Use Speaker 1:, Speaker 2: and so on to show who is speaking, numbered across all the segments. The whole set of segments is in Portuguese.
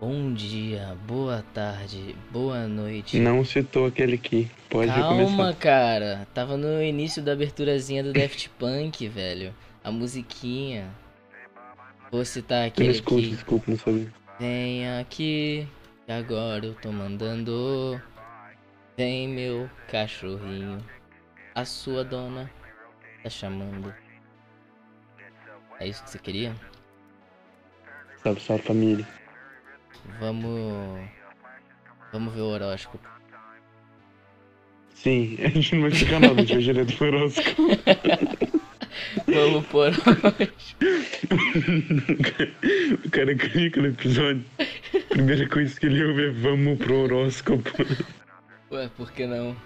Speaker 1: Bom dia, boa tarde, boa noite.
Speaker 2: Não citou aquele que. Pode
Speaker 1: Calma,
Speaker 2: recomeçar.
Speaker 1: cara. Tava no início da aberturazinha do Daft Punk, velho. A musiquinha. Vou citar
Speaker 2: Eu não
Speaker 1: aquele
Speaker 2: escuto,
Speaker 1: que.
Speaker 2: desculpa, não sabia.
Speaker 1: Vem aqui, que agora eu tô mandando. Vem meu cachorrinho. A sua dona tá chamando. É isso que você queria?
Speaker 2: Salve, salve família.
Speaker 1: Vamos. Vamos ver o horóscopo.
Speaker 2: Sim, a gente não vai explicar nada, a gente vai direto pro horóscopo.
Speaker 1: Vamos por.
Speaker 2: O cara clica no episódio. Primeira coisa que ele ouve é vamos pro horóscopo.
Speaker 1: Ué, por que não?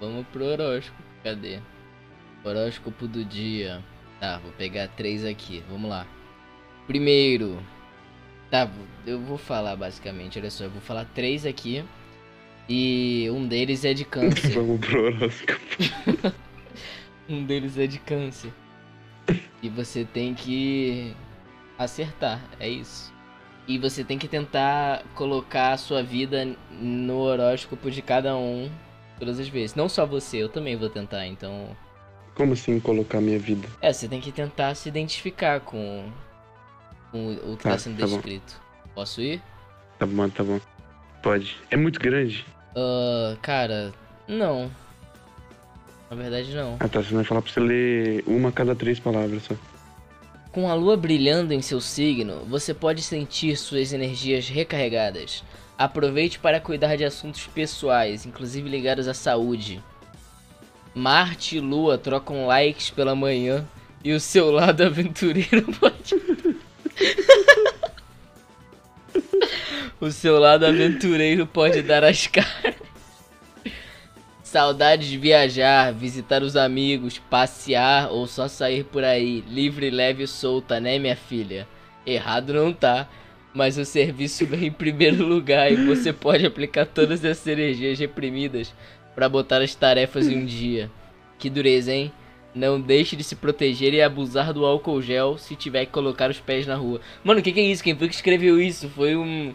Speaker 1: Vamos pro horóscopo. Cadê? Horóscopo do dia. Tá, vou pegar três aqui. Vamos lá. Primeiro. Tá, eu vou falar basicamente. Olha só, eu vou falar três aqui. E um deles é de câncer.
Speaker 2: Vamos pro horóscopo.
Speaker 1: Um deles é de câncer. E você tem que acertar, é isso. E você tem que tentar colocar a sua vida no horóscopo de cada um todas as vezes. Não só você, eu também vou tentar, então.
Speaker 2: Como assim colocar minha vida?
Speaker 1: É, você tem que tentar se identificar com, com o que tá,
Speaker 2: Tá,
Speaker 1: sendo
Speaker 2: tá bom.
Speaker 1: descrito. Posso ir?
Speaker 2: Tá bom, tá bom. Pode. É muito grande?
Speaker 1: Ah, cara, não. Na verdade, não.
Speaker 2: Ah tá, você vai falar pra você ler uma a cada três palavras só.
Speaker 1: Com a lua brilhando em seu signo, você pode sentir suas energias recarregadas. Aproveite para cuidar de assuntos pessoais, inclusive ligados à saúde. Marte e Lua trocam likes pela manhã e o seu lado aventureiro pode. o seu lado aventureiro pode dar as caras. Saudades de viajar, visitar os amigos, passear ou só sair por aí, livre, leve e solta, né, minha filha? Errado não tá, mas o serviço vem em primeiro lugar e você pode aplicar todas essas energias reprimidas para botar as tarefas em um dia. Que dureza, hein? Não deixe de se proteger e abusar do álcool gel se tiver que colocar os pés na rua. Mano, o que, que é isso? Quem foi que escreveu isso? Foi um.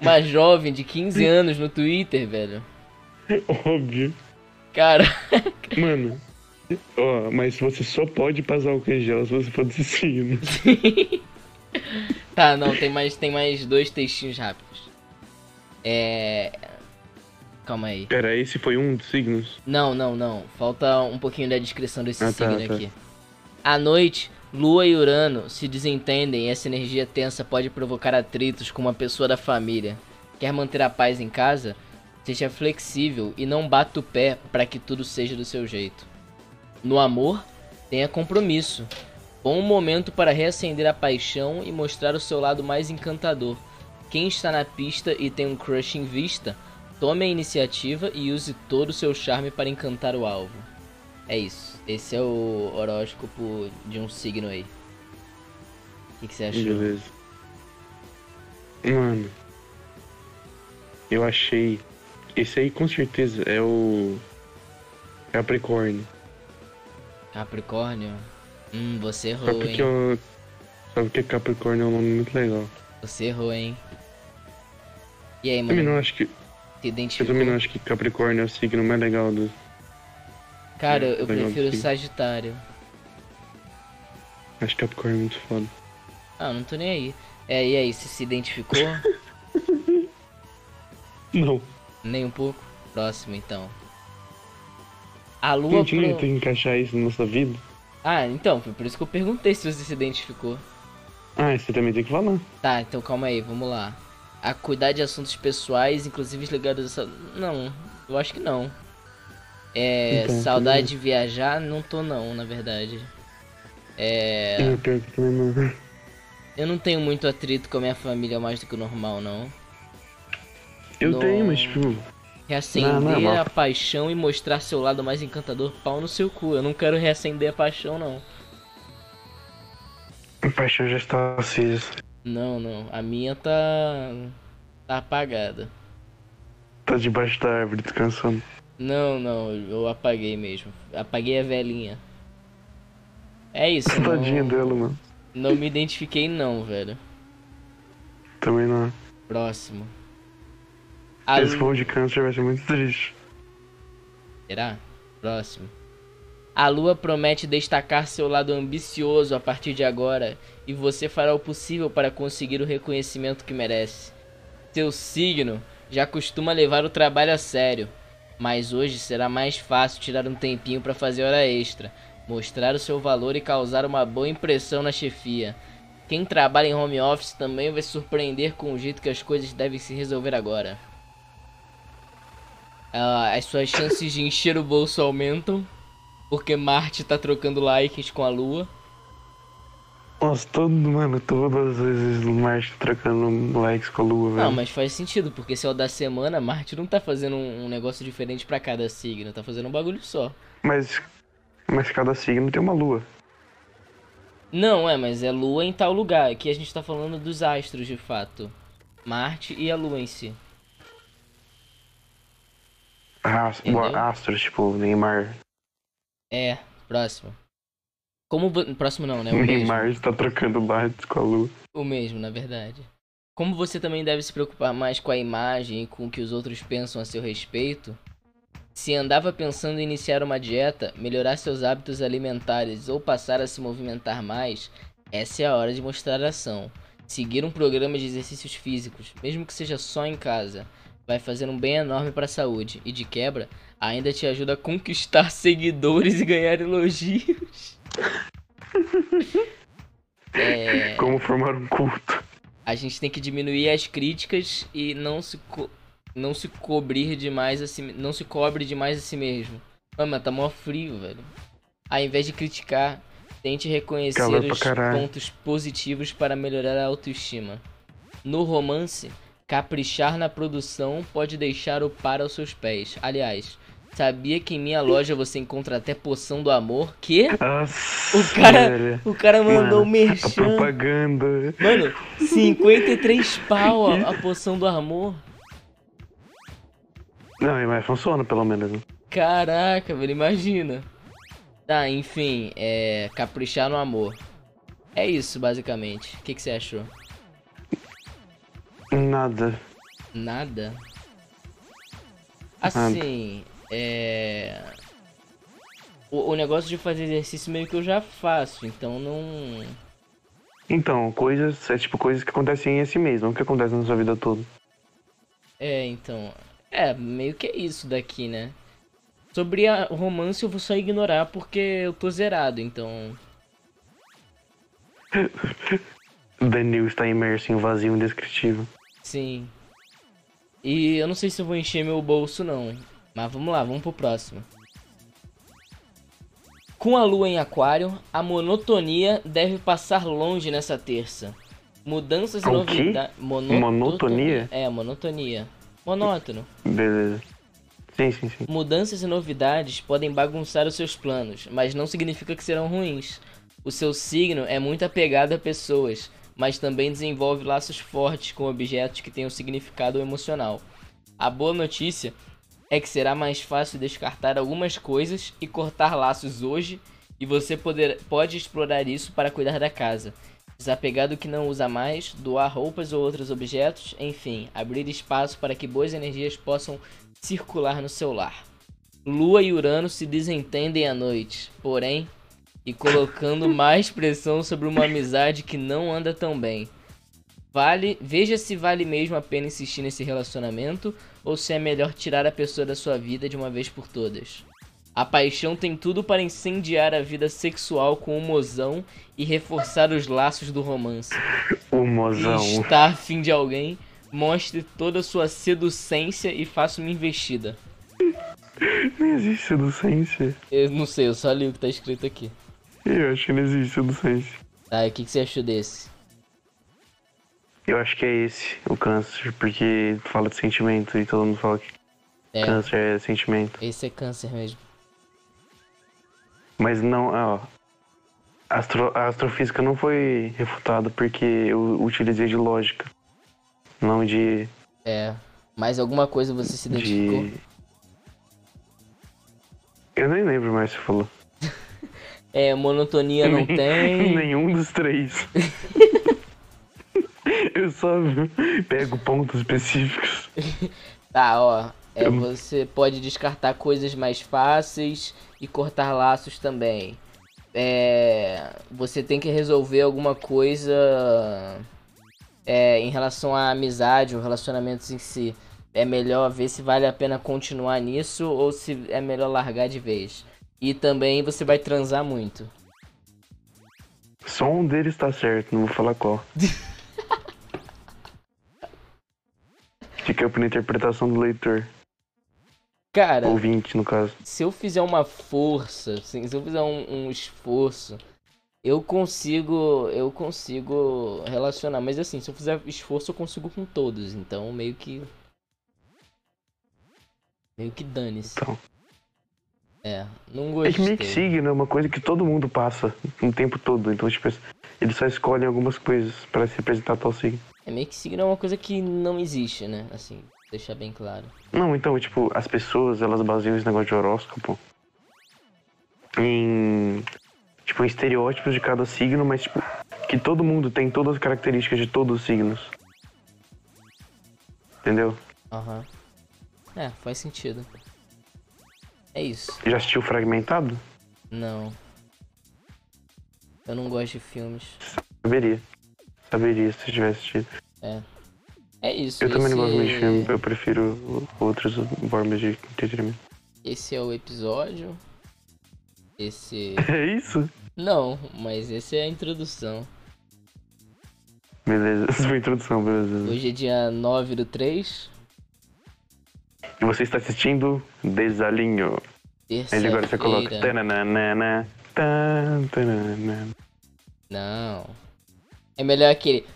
Speaker 1: Uma jovem de 15 anos no Twitter, velho.
Speaker 2: Óbvio.
Speaker 1: Cara.
Speaker 2: Mano. Ó, mas você só pode passar o queijão se você for né? desse signo.
Speaker 1: Tá, não, tem mais, tem mais dois textinhos rápidos. É. Calma aí.
Speaker 2: Pera, esse foi um dos signos?
Speaker 1: Não, não, não. Falta um pouquinho da descrição desse
Speaker 2: Ah, tá,
Speaker 1: signo
Speaker 2: tá.
Speaker 1: aqui. À noite, Lua e Urano se desentendem e essa energia tensa pode provocar atritos com uma pessoa da família. Quer manter a paz em casa? Seja flexível e não bata o pé para que tudo seja do seu jeito. No amor, tenha compromisso. Bom momento para reacender a paixão e mostrar o seu lado mais encantador. Quem está na pista e tem um crush em vista, tome a iniciativa e use todo o seu charme para encantar o alvo. É isso. Esse é o horóscopo de um signo aí. O que, que você achou?
Speaker 2: Beleza. Mano. Eu achei. Esse aí com certeza é o. Capricórnio.
Speaker 1: Capricórnio? Hum, você
Speaker 2: Só um
Speaker 1: errou, hein?
Speaker 2: porque eu. Só porque Capricórnio é um nome muito legal.
Speaker 1: Você errou, hein? E aí,
Speaker 2: Eu também
Speaker 1: mano?
Speaker 2: não acho que.
Speaker 1: Se
Speaker 2: Eu
Speaker 1: identificou?
Speaker 2: também não acho que Capricórnio é o signo mais legal do.
Speaker 1: Cara, eu
Speaker 2: Legal,
Speaker 1: prefiro
Speaker 2: sim.
Speaker 1: Sagitário.
Speaker 2: Acho que Capricórnio é muito foda.
Speaker 1: Ah, não tô nem aí. É, e aí, você se identificou?
Speaker 2: Não.
Speaker 1: nem um pouco? Próximo, então. A
Speaker 2: A
Speaker 1: lua.
Speaker 2: gente não
Speaker 1: Pro...
Speaker 2: ia ter que encaixar isso na nossa vida.
Speaker 1: Ah, então, foi por isso que eu perguntei se você se identificou.
Speaker 2: Ah, você também tem que falar.
Speaker 1: Tá, então calma aí, vamos lá. A cuidar de assuntos pessoais, inclusive ligados a. sa- Não, eu acho que não. É.
Speaker 2: Então,
Speaker 1: saudade
Speaker 2: também.
Speaker 1: de viajar? Não tô, não, na verdade.
Speaker 2: É. Eu pergunto também, mano.
Speaker 1: Eu não tenho muito atrito com a minha família mais do que o normal, não.
Speaker 2: Eu
Speaker 1: Não.
Speaker 2: tenho, mas tipo.
Speaker 1: Reacender
Speaker 2: Não, não é mal.
Speaker 1: a paixão e mostrar seu lado mais encantador, pau no seu cu. Eu não quero reacender a paixão, não.
Speaker 2: A paixão já está acesa.
Speaker 1: Não, não. A minha tá. tá apagada.
Speaker 2: Tá debaixo da árvore descansando.
Speaker 1: Não, não. Eu apaguei mesmo. Apaguei a velhinha. É isso,
Speaker 2: Tadinha
Speaker 1: não,
Speaker 2: dela, mano.
Speaker 1: não me identifiquei, não, velho.
Speaker 2: Também não.
Speaker 1: Próximo.
Speaker 2: Se
Speaker 1: A
Speaker 2: eles for de câncer vai ser muito triste.
Speaker 1: Será? Próximo. A Lua promete destacar seu lado ambicioso a partir de agora e você fará o possível para conseguir o reconhecimento que merece. Seu signo já costuma levar o trabalho a sério, mas hoje será mais fácil tirar um tempinho para fazer hora extra, mostrar o seu valor e causar uma boa impressão na chefia. Quem trabalha em home office também vai se surpreender com o jeito que as coisas devem se resolver agora. Ah, as suas chances de encher o bolso aumentam. Porque Marte tá trocando likes com a Lua.
Speaker 2: Nossa, todo, mano, todas as vezes o Marte trocando likes com a lua, velho.
Speaker 1: Não, Ah, mas faz sentido, porque se é o da semana, Marte não tá fazendo um, um negócio diferente pra cada signo, tá fazendo um bagulho só.
Speaker 2: mas... mas cada signo tem uma lua.
Speaker 1: Não, é, mas é Lua em tal lugar. Aqui a gente tá falando dos astros de fato. Marte e a Lua em si.
Speaker 2: Ah,
Speaker 1: Entendeu?
Speaker 2: astros, tipo, Neymar.
Speaker 1: É, próximo. Como. vo- Próximo não, né? O mesmo.
Speaker 2: Neymar está trocando likes com a lua.
Speaker 1: O mesmo, na verdade. Como você também deve se preocupar mais com a imagem e com o que os outros pensam a seu respeito, se andava pensando em iniciar uma dieta, melhorar seus hábitos alimentares ou passar a se movimentar mais, essa é a hora de mostrar ação. Seguir um programa de exercícios físicos, mesmo que seja só em casa, vai fazer um bem enorme para a saúde e, de quebra, ainda te ajuda a conquistar seguidores e ganhar elogios. é...
Speaker 2: Como formar um culto.
Speaker 1: A gente tem que diminuir as críticas e não se, co- não se cobrir demais a si me- não se cobre demais a si mesmo. Mano, mas tá mó frio, velho. Ao invés de criticar, tente reconhecer
Speaker 2: Calor pra
Speaker 1: os
Speaker 2: caralho.
Speaker 1: pontos positivos para melhorar a autoestima. No romance, caprichar na produção pode deixar o par aos seus pés. Aliás, sabia que em minha loja você encontra até poção do amor? Que?
Speaker 2: Nossa,
Speaker 1: O cara-
Speaker 2: velho. Tá
Speaker 1: O cara mandou
Speaker 2: Mano,
Speaker 1: um merchan.
Speaker 2: A propaganda.
Speaker 1: Mano, 53 pau a, a poção do amor.
Speaker 2: Não, mas funciona pelo menos. né?
Speaker 1: Caraca, velho, imagina. Tá, enfim, é. Caprichar no amor. É isso, basicamente. O que, que você achou?
Speaker 2: Nada.
Speaker 1: Nada? Assim, é. O, o negócio de fazer exercício meio que eu já faço, então não.
Speaker 2: Então, coisas, é tipo coisas que acontecem esse mês, não que acontecem na sua vida toda.
Speaker 1: É, então. É, meio que é isso daqui, né? Sobre a o romance eu vou só ignorar porque eu tô zerado, então.
Speaker 2: Daniel está imerso em um vazio indescritível.
Speaker 1: Sim. E eu não sei se eu vou encher meu bolso, não. Mas vamos lá, vamos pro próximo. Com a lua em aquário, a monotonia deve passar longe nessa terça. Mudanças e
Speaker 2: Ah, O quê?
Speaker 1: novidades.
Speaker 2: Monotonia?
Speaker 1: É, monotonia. Monótono.
Speaker 2: Beleza. Sim, sim, sim.
Speaker 1: Mudanças e novidades podem bagunçar os seus planos, mas não significa que serão ruins. O seu signo é muito apegado a pessoas, mas também desenvolve laços fortes com objetos que tenham significado emocional. A boa notícia é que será mais fácil descartar algumas coisas e cortar laços hoje, e você poder- pode explorar isso para cuidar da casa. Desapegar do que não usa mais, doar roupas ou outros objetos, enfim, abrir espaço para que boas energias possam circular no seu lar. Lua e Urano se desentendem à noite, porém, e colocando mais pressão sobre uma amizade que não anda tão bem. Vale, veja se vale mesmo a pena insistir nesse relacionamento ou se é melhor tirar a pessoa da sua vida de uma vez por todas. A paixão tem tudo para incendiar a vida sexual com o mozão e reforçar os laços do romance
Speaker 2: O
Speaker 1: e
Speaker 2: mozão.
Speaker 1: está afim de alguém, mostre toda a sua seducência e faça uma investida.
Speaker 2: Não existe seducência.
Speaker 1: Eu não sei, eu só li o que tá escrito aqui.
Speaker 2: Eu acho que não existe seducência.
Speaker 1: Tá, e o que, que você achou desse?
Speaker 2: Eu acho que é esse, o câncer, porque fala de sentimento e todo mundo fala que
Speaker 1: É,
Speaker 2: câncer é sentimento.
Speaker 1: esse é câncer mesmo.
Speaker 2: Mas não, ó. Astro, a astrofísica não foi refutada porque eu utilizei de lógica. Não de.
Speaker 1: É. Mas alguma coisa você se identificou?
Speaker 2: de... Eu nem lembro mais se falou.
Speaker 1: É, monotonia não tem.
Speaker 2: Nenhum dos três. Eu só pego pontos específicos.
Speaker 1: Tá, ó. É, você pode descartar coisas mais fáceis e cortar laços também. É, você tem que resolver alguma coisa é, em relação à amizade ou relacionamentos em si. É melhor ver se vale a pena continuar nisso ou se é melhor largar de vez. E também você vai transar muito.
Speaker 2: Só um deles tá certo, não vou falar qual. Fica pra interpretação do leitor.
Speaker 1: Cara,
Speaker 2: Ouvinte, no caso.
Speaker 1: se eu fizer uma força, assim, se eu fizer um, um esforço, eu consigo. Eu consigo relacionar. Mas assim, se eu fizer esforço, eu consigo com todos. Então meio que. Meio que dane-se.
Speaker 2: Então.
Speaker 1: É, não
Speaker 2: É
Speaker 1: gostei.
Speaker 2: que meio que signo é uma coisa que todo mundo passa o tempo todo. Então, tipo, eles só escolhem algumas coisas pra se representar tal signo.
Speaker 1: É meio que signo é uma coisa que não existe, né? Assim, deixar bem claro.
Speaker 2: Não, então, tipo, as pessoas, elas baseiam esse negócio de horóscopo em, tipo, em estereótipos de cada signo, mas, tipo, que todo mundo tem todas as características de todos os signos. Entendeu?
Speaker 1: Aham. É, faz sentido. É isso.
Speaker 2: Já assistiu Fragmentado?
Speaker 1: Não. Eu não gosto de filmes.
Speaker 2: Saberia. Saberia se tivesse assistido.
Speaker 1: É isso.
Speaker 2: Eu também não gosto muito de
Speaker 1: esse-
Speaker 2: filme, eu prefiro outras formas de entretenimento.
Speaker 1: Esse é o episódio. Esse.
Speaker 2: É isso?
Speaker 1: Não, mas esse é a introdução.
Speaker 2: Beleza, essa foi a introdução, beleza.
Speaker 1: Hoje é dia 9 do 3.
Speaker 2: E você está assistindo Desalinho. Aí
Speaker 1: Terça-feira.
Speaker 2: agora você coloca. Tananana, tan, tananana.
Speaker 1: Não. É melhor aquele.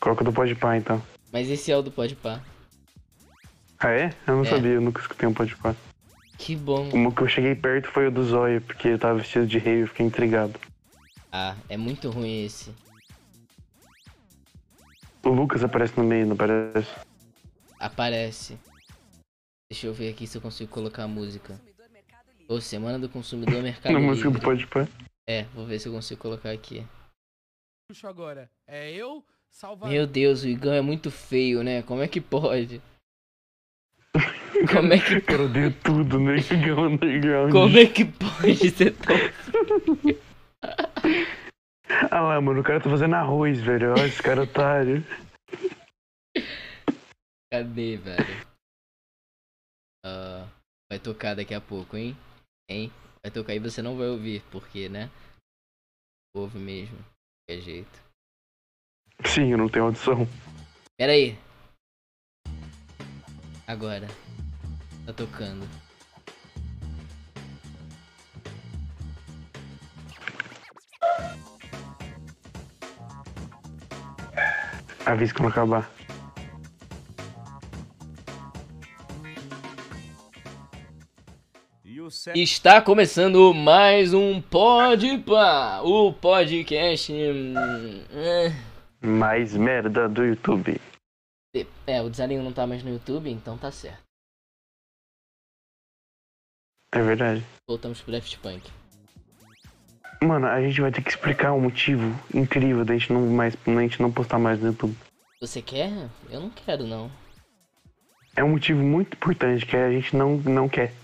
Speaker 2: Coloca do Podpah então.
Speaker 1: Mas esse é o do Podpah.
Speaker 2: Ah é? Eu não
Speaker 1: É.
Speaker 2: sabia, eu nunca escutei um Podpah.
Speaker 1: Que bom.
Speaker 2: O que eu cheguei perto foi o do Zóia, porque ele tava vestido de rei e eu fiquei intrigado.
Speaker 1: Ah, é muito ruim esse.
Speaker 2: O Lucas aparece no meio, não aparece?
Speaker 1: Aparece. Deixa eu ver aqui se eu consigo colocar a música. Ô, Semana do Consumidor Mercado
Speaker 2: Na música do
Speaker 1: Livre.
Speaker 2: Podpah.
Speaker 1: É, vou ver se eu consigo colocar aqui.
Speaker 3: puxo agora. É eu, Salvador.
Speaker 1: Meu Deus, o Igão é muito feio, né? Como é que pode? Como é que,
Speaker 2: Cara, eu odeio tudo, negão, underground.
Speaker 1: como é que pode ser tão...
Speaker 2: Ah lá, mano, o cara tá fazendo arroz, velho. Olha esse cara otário.
Speaker 1: Cadê, velho? Ah, vai tocar daqui a pouco, hein? Hein? Vai tocar e você não vai ouvir, porque, né? Ouve mesmo. Que jeito.
Speaker 2: Sim, eu não tenho audição.
Speaker 1: Pera aí. Agora. Tá tocando.
Speaker 2: Avisa quando acabar.
Speaker 4: E o Sérgio
Speaker 1: Está começando mais um Pode Pá, o podcast. hum, é.
Speaker 2: Mais merda do YouTube.
Speaker 1: É, o desalinho não tá mais no YouTube, então tá certo.
Speaker 2: É verdade.
Speaker 1: Voltamos pro Daft Punk.
Speaker 2: Mano, a gente vai ter que explicar um motivo incrível da gente não mais, da gente não postar mais no YouTube.
Speaker 1: Você quer? Eu não quero, não.
Speaker 2: É um motivo muito importante que a gente não, não quer.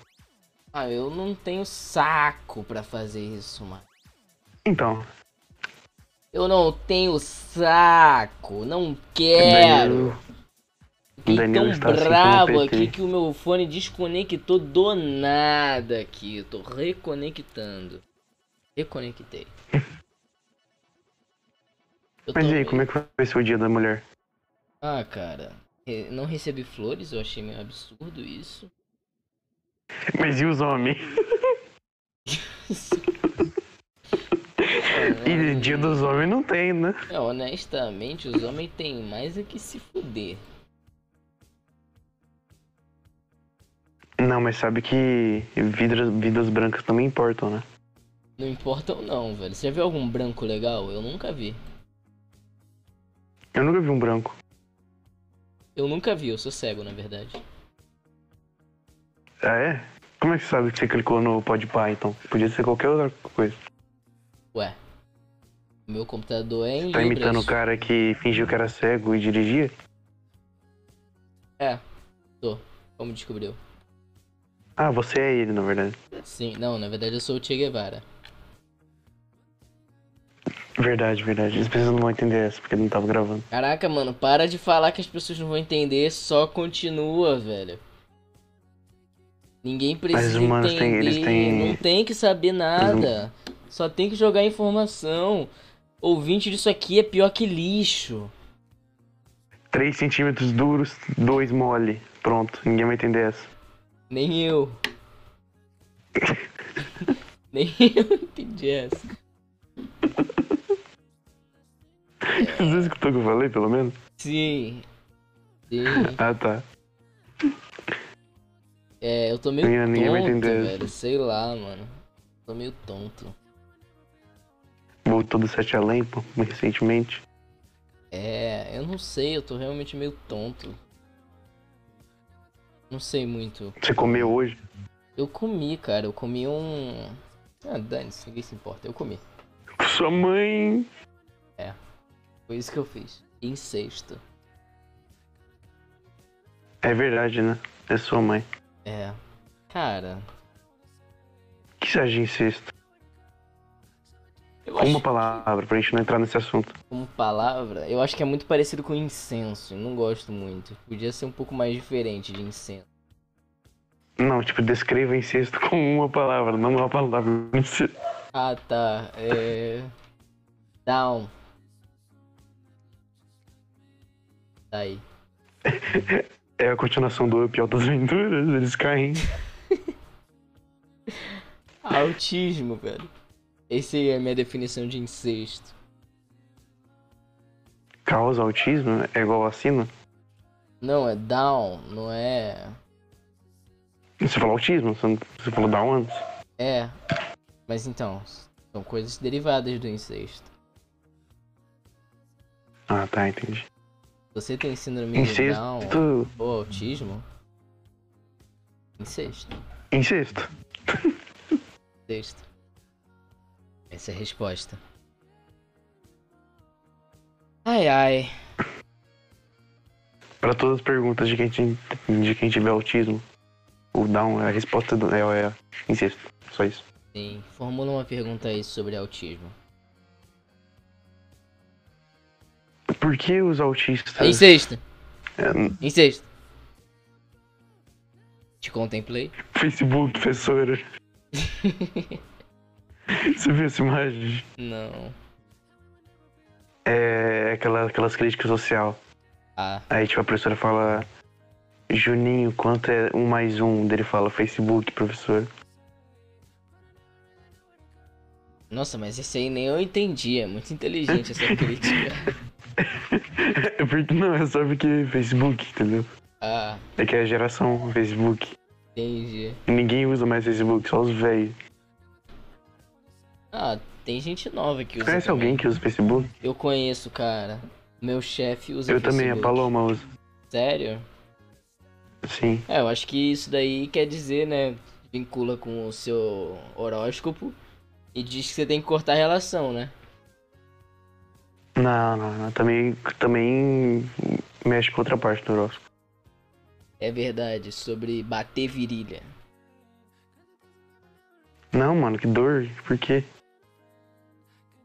Speaker 1: Ah, eu não tenho saco pra fazer isso, mano.
Speaker 2: Então,
Speaker 1: Eu não tenho saco, não quero.
Speaker 2: Danilo,
Speaker 1: Fiquei
Speaker 2: Danilo
Speaker 1: tão
Speaker 2: está assim como
Speaker 1: bravo
Speaker 2: o PT.
Speaker 1: aqui que o meu fone desconectou do nada aqui. Eu tô reconectando. Reconectei. Eu
Speaker 2: mas
Speaker 1: tô-
Speaker 2: e aí, como é que vai ser o dia da mulher?
Speaker 1: Ah, cara. eh, Não recebi flores, eu achei meio absurdo isso.
Speaker 2: Mas e os homens? E dia dos homens não tem, né?
Speaker 1: É, honestamente, os homens têm mais a que se fuder.
Speaker 2: Não, mas sabe que vidas, vidas brancas também importam, né?
Speaker 1: Não importa ou não, velho. Você já viu algum branco legal? Eu nunca vi.
Speaker 2: Eu nunca vi um branco.
Speaker 1: Eu nunca vi, eu sou cego, na verdade.
Speaker 2: Ah, é? Como é que você sabe que você clicou no Pod Python? Podia ser qualquer outra coisa.
Speaker 1: Ué. Meu computador é em
Speaker 2: Tá imitando
Speaker 1: Libras.
Speaker 2: o cara que fingiu que era cego e dirigia?
Speaker 1: É. Tô. Como descobriu?
Speaker 2: Ah, você é ele, na verdade.
Speaker 1: Sim, não, na verdade eu sou o Che Guevara.
Speaker 2: Verdade, verdade. As pessoas não vão entender essa, porque não tava gravando.
Speaker 1: Caraca, mano, para de falar que as pessoas não vão entender, só continua, velho. Ninguém precisa
Speaker 2: humanos têm-
Speaker 1: entender,
Speaker 2: eles têm-
Speaker 1: não tem que saber nada. Só tem que jogar informação. Ouvinte disso aqui é pior que lixo.
Speaker 2: 3 centímetros duros, 2 mole. Pronto, ninguém vai entender essa.
Speaker 1: Nem eu. Nem eu entendi essa.
Speaker 2: Você escutou o que eu falei, pelo menos?
Speaker 1: Sim. Sim.
Speaker 2: Ah, tá.
Speaker 1: É, eu tô meio
Speaker 2: Ninguém- ninguém vai
Speaker 1: tonto,
Speaker 2: entender.
Speaker 1: velho. Sei lá, mano. Tô meio tonto.
Speaker 2: Voltou do 7 além, pô, recentemente.
Speaker 1: É, eu não sei, eu tô realmente meio tonto. Não sei muito.
Speaker 2: Você comeu hoje?
Speaker 1: Eu comi, cara, eu comi um. Ah, dane-se, ninguém se importa, eu comi.
Speaker 2: Sua mãe.
Speaker 1: Foi isso que eu fiz. Em sexto.
Speaker 2: É verdade, né? É sua mãe.
Speaker 1: É. Cara,
Speaker 2: Que se agir incesto?
Speaker 1: eu acho
Speaker 2: Uma palavra pra gente não entrar nesse assunto.
Speaker 1: como palavra, eu acho que é muito parecido com incenso. eu Não gosto muito. Podia ser um pouco mais diferente de incenso.
Speaker 2: Não, tipo, descreva incesto com uma palavra, não uma palavra. Incesto.
Speaker 1: Ah, tá. É. Down. Tá aí.
Speaker 2: É a continuação do Up Altas Venturas, eles caem.
Speaker 1: Autismo, velho. Essa é a minha definição de incesto.
Speaker 2: Causa autismo? É igual vacina?
Speaker 1: Não, é down, não é.
Speaker 2: Você falou autismo? Você não- você falou down antes?
Speaker 1: É. Mas então, são coisas derivadas do incesto.
Speaker 2: Ah, tá, entendi.
Speaker 1: Você tem síndrome de down
Speaker 2: Incesto.
Speaker 1: ou autismo? Incesto.
Speaker 2: Incesto.
Speaker 1: Incesto. Essa é a resposta. Ai ai.
Speaker 2: Pra todas as perguntas de quem, tin- de quem tiver autismo, o down, a resposta do- é, é incesto. Só isso.
Speaker 1: Sim, formula uma pergunta aí sobre autismo.
Speaker 2: Por que os autistas.
Speaker 1: Incesto.
Speaker 2: É, no
Speaker 1: Incesto. Te contemplei.
Speaker 2: Facebook, professora. Você viu essa imagem?
Speaker 1: Não.
Speaker 2: É aquela, aquelas críticas social.
Speaker 1: Ah,
Speaker 2: Aí, tipo, a professora fala. Juninho, quanto é um mais um? Dele fala Facebook, professor.
Speaker 1: nossa, mas esse aí nem eu entendi. É muito inteligente essa crítica.
Speaker 2: É porque, não, é só porque Facebook, entendeu?
Speaker 1: Ah,
Speaker 2: É que é a geração Facebook.
Speaker 1: entendi.
Speaker 2: Ninguém usa mais Facebook, só os velhos.
Speaker 1: Ah, tem gente nova que usa.
Speaker 2: Conhece
Speaker 1: também.
Speaker 2: alguém que usa Facebook?
Speaker 1: Eu conheço, cara. Meu chefe usa
Speaker 2: Eu também, a
Speaker 1: Facebook.
Speaker 2: Paloma usa.
Speaker 1: Sério?
Speaker 2: Sim.
Speaker 1: É, eu acho que isso daí quer dizer, né? Vincula com o seu horóscopo e diz que você tem que cortar a relação, né?
Speaker 2: Não, não, não. Também, também mexe com outra parte do horóscopo.
Speaker 1: É verdade, sobre bater virilha.
Speaker 2: Não, mano, que dor. Por quê?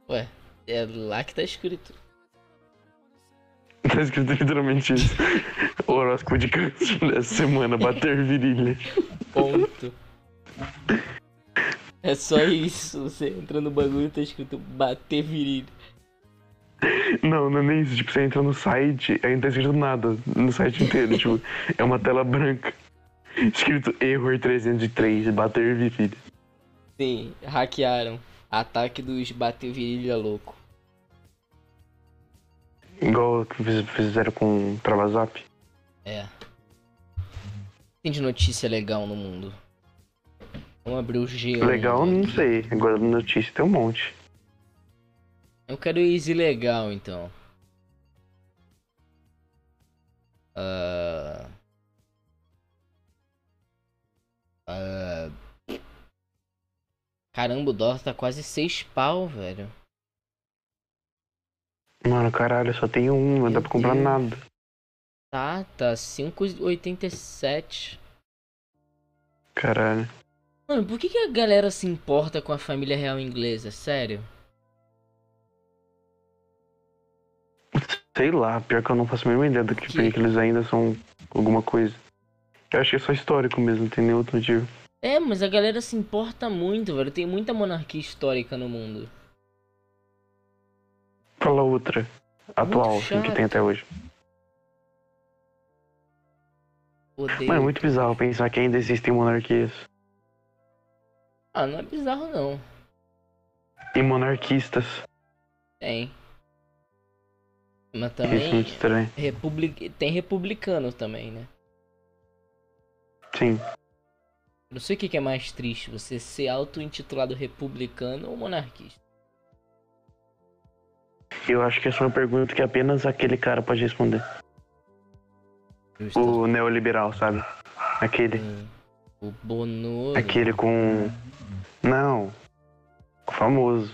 Speaker 1: Ué, é lá que tá escrito.
Speaker 2: Tá escrito literalmente isso. o horóscopo de câncer dessa semana, bater virilha.
Speaker 1: Ponto. É só isso, você entra no bagulho e tá escrito bater virilha.
Speaker 2: Não, não é nem isso. Tipo, você entra no site, aí não tá escrito nada no site inteiro. tipo, é uma tela branca. Escrito Error 303, bater virilha.
Speaker 1: Sim, hackearam. Ataque dos bater virilha louco.
Speaker 2: Igual que fiz- fizeram com o Travazap.
Speaker 1: É. Tem de notícia legal no mundo. Vamos abrir o G. um
Speaker 2: Legal, não sei. Agora notícia tem um monte.
Speaker 1: Eu quero easy legal então. Ah. Ah. Caramba, o dólar tá quase seis pau, velho.
Speaker 2: Mano, caralho, só tem um, não
Speaker 1: Meu
Speaker 2: dá pra comprar
Speaker 1: Deus.
Speaker 2: nada.
Speaker 1: Tá, tá 5,87.
Speaker 2: Caralho.
Speaker 1: Mano, por que, que a galera se importa com a família real inglesa? Sério?
Speaker 2: Sei lá, pior que eu não faço a mínima ideia do que,
Speaker 1: Que-
Speaker 2: porque que eles ainda são alguma coisa. Eu acho que é só histórico mesmo, não tem nenhum outro motivo.
Speaker 1: É, mas a galera se importa muito, velho. Tem muita monarquia histórica no mundo.
Speaker 2: Fala outra. Atual, assim, que
Speaker 1: chato.
Speaker 2: tem até hoje.
Speaker 1: Odeio.
Speaker 2: Mano, é muito bizarro pensar que ainda existem monarquias.
Speaker 1: Ah, não é bizarro não.
Speaker 2: E monarquistas.
Speaker 1: Tem. Mas
Speaker 2: Isso é
Speaker 1: também
Speaker 2: muito estranho.
Speaker 1: republi- tem republicano também, né?
Speaker 2: Sim.
Speaker 1: Não sei o que que é mais triste, você ser auto-intitulado republicano ou monarquista.
Speaker 2: Eu acho que essa é uma pergunta que apenas aquele cara pode responder.
Speaker 1: Justo.
Speaker 2: O neoliberal, sabe? Aquele.
Speaker 1: O Bonoro,
Speaker 2: Aquele com. Não. O famoso.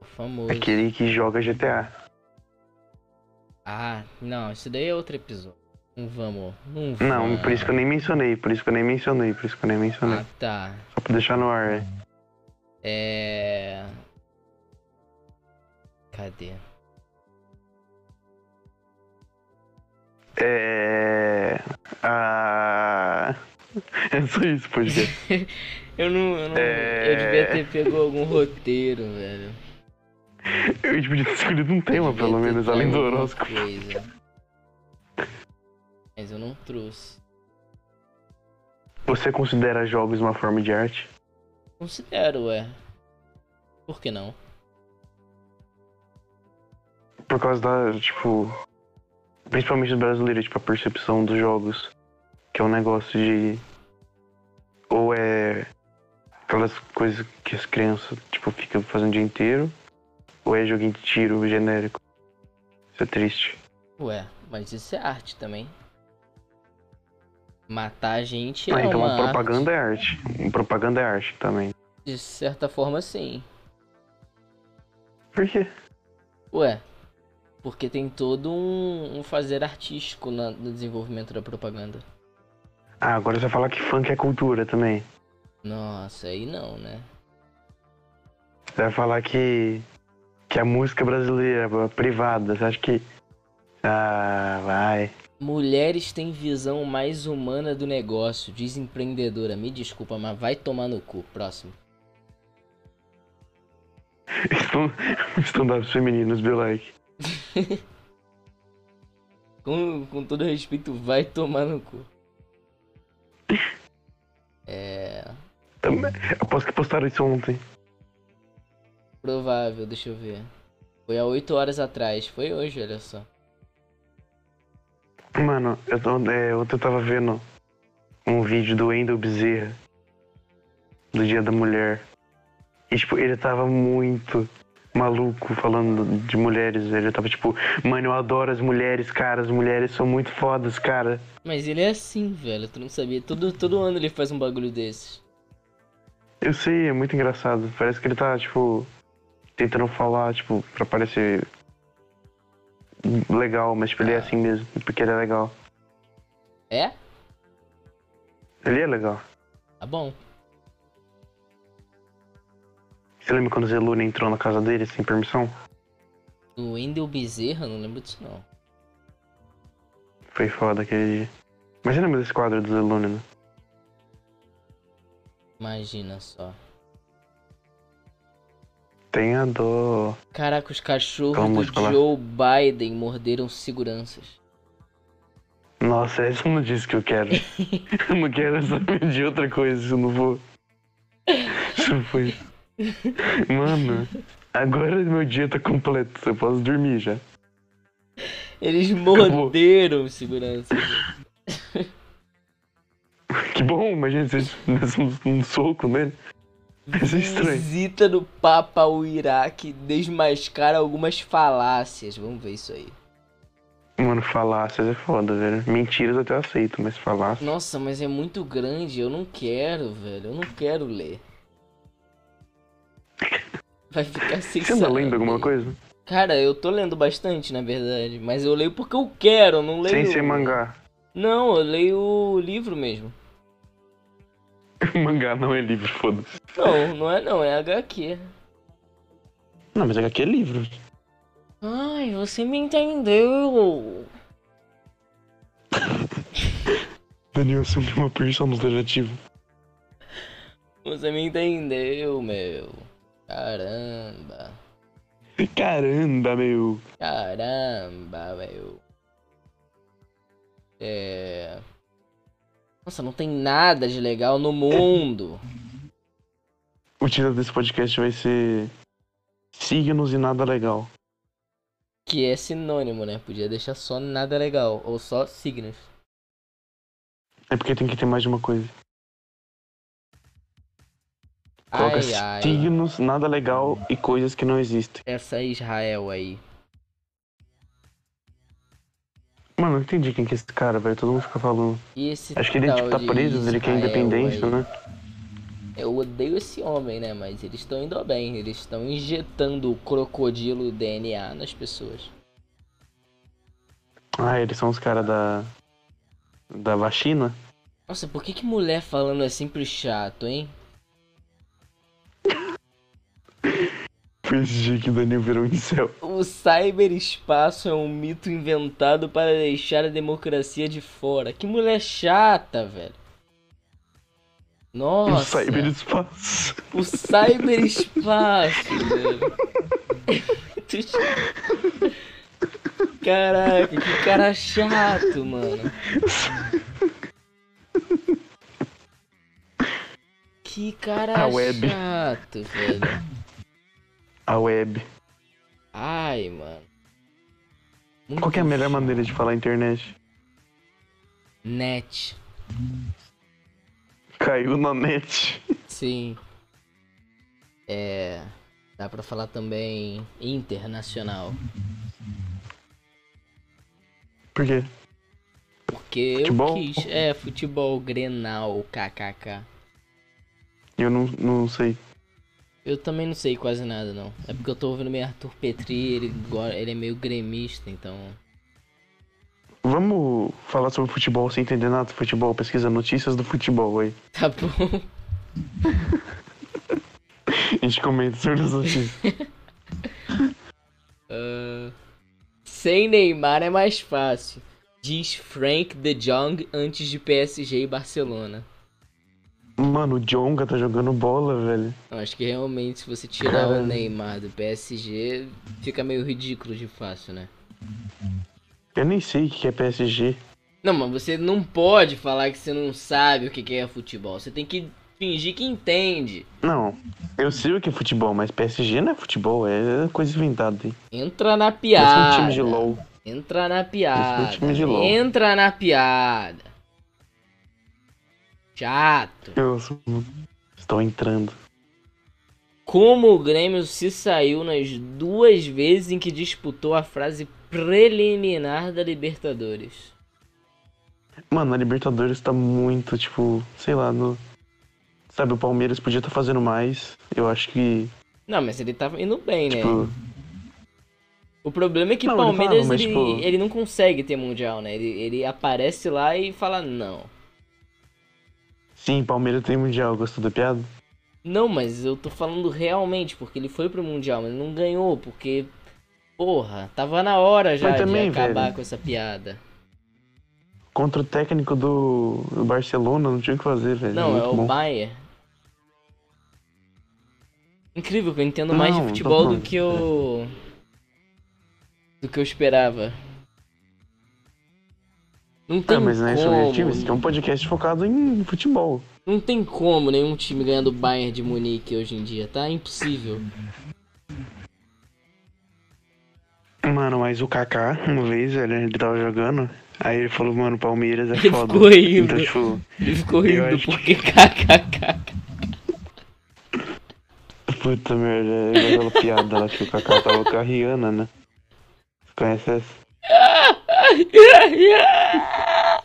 Speaker 1: o famoso.
Speaker 2: Aquele que joga GTA.
Speaker 1: Ah, não, isso daí é outro episódio. Não vamos, não vamos.
Speaker 2: Não, por isso que eu nem mencionei, por isso que eu nem mencionei, por isso que eu nem mencionei.
Speaker 1: Ah, tá.
Speaker 2: Só pra deixar no ar, é.
Speaker 1: É... Cadê?
Speaker 2: É. Ah. É só isso, podcast.
Speaker 1: Eu não, eu não...
Speaker 2: É.
Speaker 1: Eu devia ter pego algum roteiro, velho.
Speaker 2: Eu podia ter escolhido um tema, pelo
Speaker 1: Devia ter
Speaker 2: menos, além do
Speaker 1: alguma
Speaker 2: horóscopo.
Speaker 1: coisa. Mas eu não trouxe.
Speaker 2: Você considera jogos uma forma de arte?
Speaker 1: Considero, ué. Por que não?
Speaker 2: Por causa da, tipo. Principalmente os brasileiros, tipo, a percepção dos jogos. Que é um negócio de. Ou é. Aquelas coisas que as crianças, tipo, ficam fazendo o dia inteiro. Ou é joguinho de tiro genérico. Isso é triste.
Speaker 1: Ué, mas isso é arte também. Matar a gente é
Speaker 2: ah, então
Speaker 1: uma
Speaker 2: a propaganda é arte. Uma propaganda é arte também.
Speaker 1: arte. De certa forma, sim.
Speaker 2: Por quê?
Speaker 1: Ué, porque tem todo um, um fazer artístico na- no desenvolvimento da propaganda.
Speaker 2: Ah, agora você vai falar que funk é cultura também.
Speaker 1: Nossa, aí não, né?
Speaker 2: Você vai falar que. que a música brasileira, é privada. Você acha que. Ah, vai.
Speaker 1: Mulheres têm visão mais humana do negócio, diz empreendedora. Me desculpa, mas vai tomar no cu. Próximo.
Speaker 2: Estão- Stand-ups femininos, be like.
Speaker 1: Com, com todo respeito, vai tomar no cu. É.
Speaker 2: Também- Aposto que postaram isso ontem.
Speaker 1: Provável, deixa eu ver. Foi há 8 horas atrás, foi hoje, olha só.
Speaker 2: Mano, eu, tô- é, ontem eu tava vendo um vídeo do Wendel Bezerra, do Dia da Mulher. E, tipo, ele tava muito maluco falando de mulheres. Ele tava tipo, mano, eu adoro as mulheres, cara. As mulheres são muito fodas, cara.
Speaker 1: Mas ele é assim, velho, tu não sabia. Todo, todo ano ele faz um bagulho desses.
Speaker 2: Eu sei, é muito engraçado. Parece que ele tá, tipo, tentando falar, tipo, pra parecer legal, mas, tipo, ele é assim mesmo, porque ele é legal.
Speaker 1: É?
Speaker 2: Ele é legal.
Speaker 1: Tá bom.
Speaker 2: Você lembra quando o Zelune entrou na casa dele sem permissão?
Speaker 1: O Wendel Bezerra, não lembro disso não.
Speaker 2: Foi foda aquele dia. Mas você lembra desse quadro do Zelune, né?
Speaker 1: Imagina só.
Speaker 2: Tenha dó.
Speaker 1: Caraca, os cachorros
Speaker 2: Então,
Speaker 1: do
Speaker 2: vamos falar.
Speaker 1: Joe Biden morderam seguranças.
Speaker 2: Nossa, essa não disse que eu quero. eu não quero saber de outra coisa se eu não vou. Se não foi. Mano, agora meu dia tá completo. Eu posso dormir já.
Speaker 1: Eles morderam seguranças.
Speaker 2: Que bom, imagina se eu desse um, um soco nele. Isso é estranho.
Speaker 1: Visita do Papa ao Iraque desmascara algumas falácias. Vamos ver isso aí.
Speaker 2: Mano, falácias é foda, velho. Mentiras eu até aceito, mas falácias.
Speaker 1: Nossa, mas é muito grande. Eu não quero, velho. Eu não quero ler. Vai ficar sem
Speaker 2: Você anda
Speaker 1: salário.
Speaker 2: lendo alguma coisa?
Speaker 1: Cara, eu tô lendo bastante, na verdade. Mas eu leio porque eu quero, eu não leio.
Speaker 2: Sem ser mangá.
Speaker 1: Não, eu leio o livro mesmo.
Speaker 2: mangá não é livro, foda-se.
Speaker 1: Não, não é não, é HQ.
Speaker 2: Não, mas aqui é livro.
Speaker 1: Ai, você me entendeu.
Speaker 2: Daniel assumiu uma persona alternativa.
Speaker 1: Você me entendeu, meu. Caramba.
Speaker 2: Caramba, meu.
Speaker 1: Caramba, meu. É. Nossa, não tem nada de legal no mundo.
Speaker 2: O título desse podcast vai ser Signos e Nada Legal.
Speaker 1: Que é sinônimo, né? Podia deixar só nada legal. Ou só signos.
Speaker 2: É porque tem que ter mais de uma coisa. Coloca
Speaker 1: Ai, ai.
Speaker 2: signos, nada legal e coisas que não existem.
Speaker 1: Essa é Israel aí.
Speaker 2: Mano, eu não entendi quem que é esse cara, velho. Todo mundo fica falando.
Speaker 1: E esse
Speaker 2: Acho que ele tipo,
Speaker 1: tal
Speaker 2: tá
Speaker 1: de
Speaker 2: preso, ele quer
Speaker 1: Israel
Speaker 2: independência,
Speaker 1: aí.
Speaker 2: né?
Speaker 1: Eu odeio esse homem, né? Mas eles estão indo bem. Eles estão injetando o crocodilo DNA nas pessoas.
Speaker 2: Ah, eles são os caras da. Da vacina?
Speaker 1: Nossa, por que, que mulher falando é sempre chato, hein?
Speaker 2: Fingi que o Daniel virou um céu.
Speaker 1: O cyberespaço é um mito inventado para deixar a democracia de fora. Que mulher chata, velho.
Speaker 2: Um
Speaker 1: Nossa,
Speaker 2: cyberespaço.
Speaker 1: o cyberespaço, velho. É muito chato. Caraca, que cara chato, mano. Que cara
Speaker 2: A web.
Speaker 1: chato, velho.
Speaker 2: A web.
Speaker 1: Ai, mano.
Speaker 2: Qual que é a melhor
Speaker 1: Muito
Speaker 2: maneira de falar internet?
Speaker 1: Net.
Speaker 2: Caiu na net.
Speaker 1: Sim. É. Dá pra falar também internacional.
Speaker 2: Por quê?
Speaker 1: Porque
Speaker 2: Futebol?
Speaker 1: eu quis. É, futebol grenal, kkk.
Speaker 2: Eu não, não sei.
Speaker 1: Eu também não sei quase nada, não. É porque eu tô ouvindo meio Arthur Petri, ele, go- ele é meio gremista, então.
Speaker 2: Vamos falar sobre futebol sem entender nada do futebol. Pesquisa notícias do futebol aí.
Speaker 1: Tá bom.
Speaker 2: A gente comenta sobre as notícias.
Speaker 1: Ah, sem Neymar é mais fácil. Diz Frank de Jong antes de PSG e Barcelona.
Speaker 2: Mano, o Jonga tá jogando bola, velho.
Speaker 1: Eu acho que realmente se você tirar o Neymar do PSG, fica meio ridículo de fácil, né?
Speaker 2: Eu nem sei o que é PSG.
Speaker 1: Não, mas você não pode falar que você não sabe o que que é futebol. Você tem que fingir que entende.
Speaker 2: Não, eu sei o que é futebol, mas PSG não é futebol, é coisa inventada, hein?
Speaker 1: Entra na
Speaker 2: Parece um
Speaker 1: piada.
Speaker 2: time de LOL.
Speaker 1: Entra na piada.
Speaker 2: Esse é um time de LOL.
Speaker 1: Entra na piada. Chato.
Speaker 2: Eu sou- um- Estou entrando.
Speaker 1: Como o Grêmio se saiu nas duas vezes em que disputou a frase preliminar da Libertadores.
Speaker 2: Mano, a Libertadores tá muito, tipo, sei lá, no. Sabe, o Palmeiras podia estar fazendo mais. Eu acho que.
Speaker 1: Não, mas ele tava indo bem, né?
Speaker 2: Tipo,
Speaker 1: O problema é que o
Speaker 2: Não, ele
Speaker 1: Palmeiras
Speaker 2: falava, mas,
Speaker 1: ele,
Speaker 2: tipo-
Speaker 1: ele não consegue ter mundial, né? Ele, ele aparece lá e fala não.
Speaker 2: sim, Palmeiras tem mundial, gostou da piada?
Speaker 1: Não, mas eu tô falando realmente, porque ele foi pro mundial, mas ele não ganhou, porque. Porra, tava na hora já
Speaker 2: Mas também,
Speaker 1: de acabar
Speaker 2: velho.
Speaker 1: com essa piada.
Speaker 2: Contra o técnico do, do Barcelona, não tinha o que fazer, velho.
Speaker 1: Não, é
Speaker 2: Muito
Speaker 1: o
Speaker 2: bom.
Speaker 1: Bayer. Incrível que eu entendo mais
Speaker 2: Não,
Speaker 1: de
Speaker 2: tô
Speaker 1: futebol do
Speaker 2: falando.
Speaker 1: que eu. do que eu esperava. Não tem
Speaker 2: Ah, mas não é sobre
Speaker 1: como,
Speaker 2: esse time, esse aqui é um podcast focado em futebol.
Speaker 1: Não tem como nenhum time ganhar do Bayern de Munique hoje em dia, tá? Impossível.
Speaker 2: Mano, mas o Kaká, uma vez, velho, ele tava jogando, aí ele falou, mano, Palmeiras é
Speaker 1: Ele
Speaker 2: foda.
Speaker 1: ficou rindo.
Speaker 2: Então, tipo,
Speaker 1: Ele ficou
Speaker 2: Eu
Speaker 1: rindo
Speaker 2: acho
Speaker 1: porque kkkk.
Speaker 2: puta merda, é aquela piada lá que o Kaká tava com a Rihanna, né? Você conhece essa?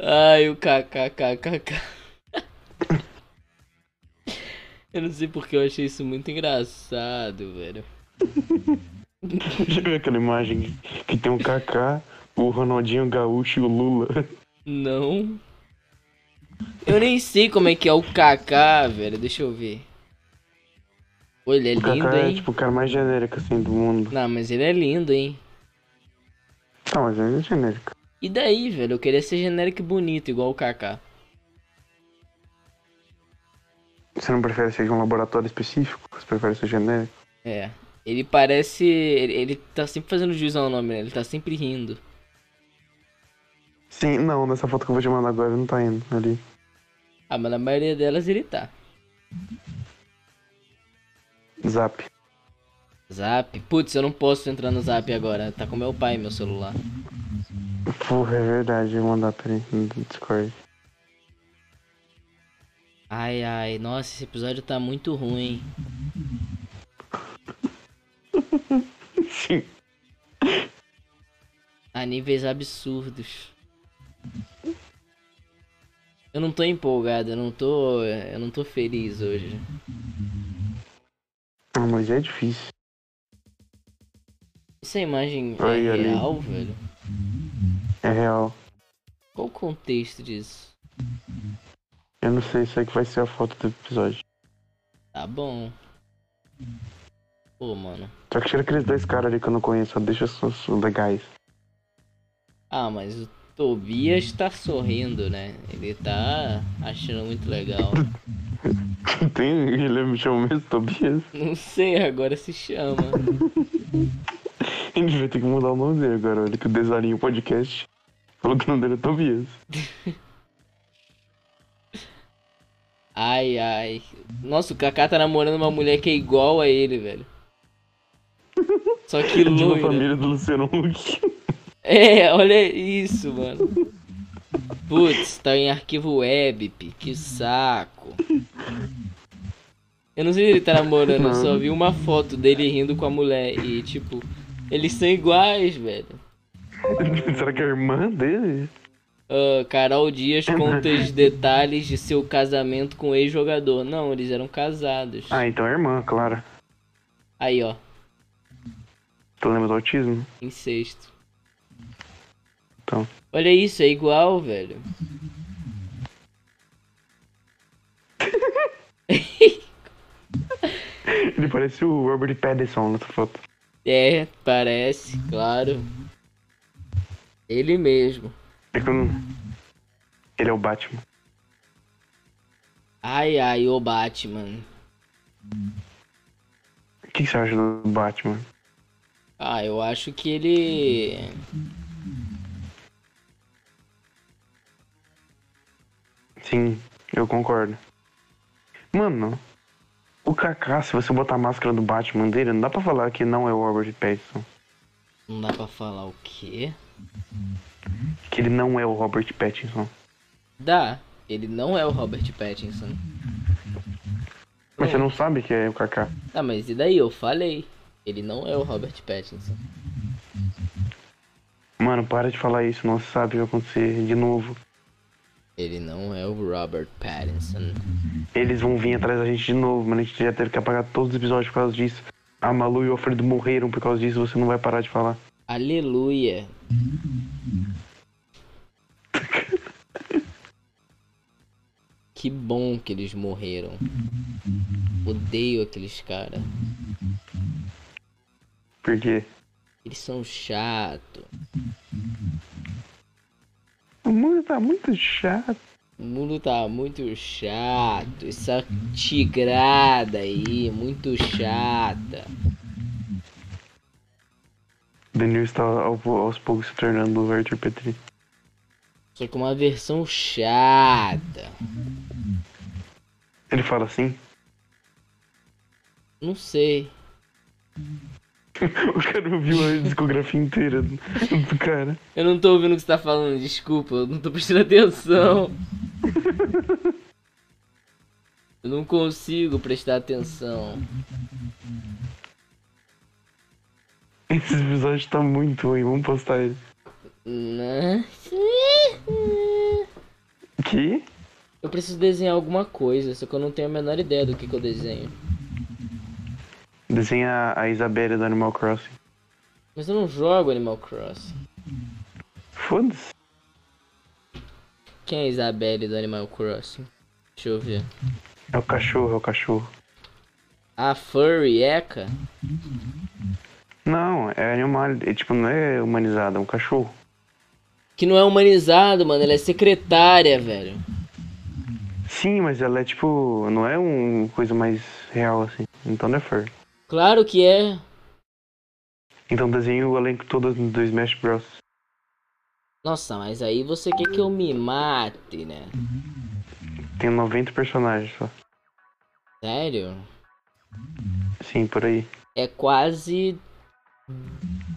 Speaker 1: Ai, o kkkk. Eu não sei porque eu achei isso muito engraçado, velho.
Speaker 2: Já viu aquela imagem que tem o Kaká, o Ronaldinho Gaúcho e o Lula?
Speaker 1: Não. Eu nem sei como é que é o Kaká, velho. Deixa eu ver. Pô, ele é
Speaker 2: o
Speaker 1: lindo,
Speaker 2: Kaká é
Speaker 1: hein?
Speaker 2: tipo o cara mais genérico assim do mundo.
Speaker 1: Não, mas ele é lindo, hein?
Speaker 2: Tá, mas ele é genérico.
Speaker 1: E daí, velho? Eu queria ser genérico e bonito, igual o Kaká.
Speaker 2: Você não prefere ser de um laboratório específico? Você prefere ser genérico?
Speaker 1: É. Ele parece. Ele, ele tá sempre fazendo juízo ao nome, né? Ele tá sempre rindo.
Speaker 2: Sim, não, nessa foto que eu vou te mandar agora ele não tá indo ali.
Speaker 1: Ah, mas na maioria delas ele tá.
Speaker 2: Zap.
Speaker 1: Zap. Putz, eu não posso entrar no zap agora. Tá com meu pai meu celular.
Speaker 2: Porra, é verdade, eu vou mandar pra ele no Discord.
Speaker 1: Ai, ai. Nossa, esse episódio tá muito ruim.
Speaker 2: Sim.
Speaker 1: A níveis absurdos. Eu não tô empolgado, eu não tô. Eu não tô feliz hoje.
Speaker 2: Ah, mas é difícil.
Speaker 1: Essa imagem é
Speaker 2: Ai, ali.
Speaker 1: real, velho?
Speaker 2: É real.
Speaker 1: Qual o contexto disso?
Speaker 2: Eu não sei se é que vai ser a foto do episódio.
Speaker 1: Tá bom. Pô, mano.
Speaker 2: Só que tira aqueles dois caras ali que eu não conheço, só deixa os, os legais.
Speaker 1: Ah, mas o Tobias tá sorrindo, né? Ele tá achando muito legal.
Speaker 2: Tem, ele é me chama mesmo Tobias.
Speaker 1: Não sei, agora se chama.
Speaker 2: Ele vai ter que mudar o nome dele agora, olha que o desalinho podcast. Falou que o nome dele é Tobias.
Speaker 1: Ai, ai. Nossa, o Kaká tá namorando uma mulher que é igual a ele, velho. Só que
Speaker 2: É de uma
Speaker 1: loira.
Speaker 2: família do Luciano Huck.
Speaker 1: É, olha isso, mano. Putz, tá em arquivo web, pi, que saco. Eu não sei se ele tá namorando, eu só vi uma foto dele rindo com a mulher e tipo, eles são iguais, velho.
Speaker 2: Será que é a irmã dele?
Speaker 1: Ah, Carol Dias conta os detalhes de seu casamento com o ex-jogador. Não, eles eram casados.
Speaker 2: Ah, então é a irmã, claro.
Speaker 1: Aí, ó,
Speaker 2: Tu lembra do autismo?
Speaker 1: em sexto.
Speaker 2: Então.
Speaker 1: Olha isso, é igual, velho.
Speaker 2: Ele parece o Robert Pattinson nessa foto.
Speaker 1: É, parece, claro. Ele mesmo.
Speaker 2: É que eu não... Ele é o Batman.
Speaker 1: Ai, ai, ô Batman.
Speaker 2: O que que você acha do Batman?
Speaker 1: Ah, eu acho que ele.
Speaker 2: Sim, eu concordo. Mano, o Kaká, se você botar a máscara do Batman dele, não dá pra falar que não é o Robert Pattinson.
Speaker 1: Não dá pra falar o quê?
Speaker 2: Que ele não é o Robert Pattinson.
Speaker 1: Dá. Ele não é o Robert Pattinson.
Speaker 2: Mas você não sabe que é o Kaká.
Speaker 1: Tá, mas e daí? Eu falei. Ele não é o Robert Pattinson.
Speaker 2: Mano, para de falar isso, não sabe o que vai acontecer de novo.
Speaker 1: Ele não é o Robert Pattinson.
Speaker 2: Eles vão vir atrás da gente de novo, mano. A gente já teve que apagar todos os episódios por causa disso. A Malu e o Alfredo morreram por causa disso, você não vai parar de falar.
Speaker 1: Aleluia. Que bom que eles morreram. Odeio aqueles caras.
Speaker 2: Por quê?
Speaker 1: Eles são chato.
Speaker 2: O mundo tá muito chato.
Speaker 1: O mundo tá muito chato. Essa tigrada aí, muito chata.
Speaker 2: Daniel está tá ao- aos poucos se tornando o Arthur Petri.
Speaker 1: Só que uma versão chata.
Speaker 2: Ele fala assim?
Speaker 1: Não sei.
Speaker 2: O cara ouviu a discografia inteira do do cara.
Speaker 1: Eu não tô ouvindo o que você tá falando, desculpa, eu não tô prestando atenção. Eu não consigo prestar atenção.
Speaker 2: Esse episódio tá muito ruim, vamos postar ele.
Speaker 1: Né?
Speaker 2: Que?
Speaker 1: Eu preciso desenhar alguma coisa, só que eu não tenho a menor ideia do que, que eu desenho.
Speaker 2: Desenha a Isabelle do Animal Crossing.
Speaker 1: Mas eu não jogo Animal Crossing.
Speaker 2: Foda-se.
Speaker 1: Quem é a Isabelle do Animal Crossing? Deixa eu ver.
Speaker 2: É o cachorro, é o cachorro.
Speaker 1: A Furry Eka?
Speaker 2: Não, é animal. É, tipo, não é humanizado, é um cachorro.
Speaker 1: Que não é humanizado, mano. Ela é secretária, velho.
Speaker 2: Sim, mas ela é tipo. Não é uma coisa mais real assim. Então não é fur.
Speaker 1: Claro que é.
Speaker 2: Então desenho o elenco todo do Smash Bros.
Speaker 1: Nossa, mas aí você quer que eu me mate, né?
Speaker 2: Tem 90 personagens só.
Speaker 1: Sério?
Speaker 2: Sim, por aí.
Speaker 1: É quase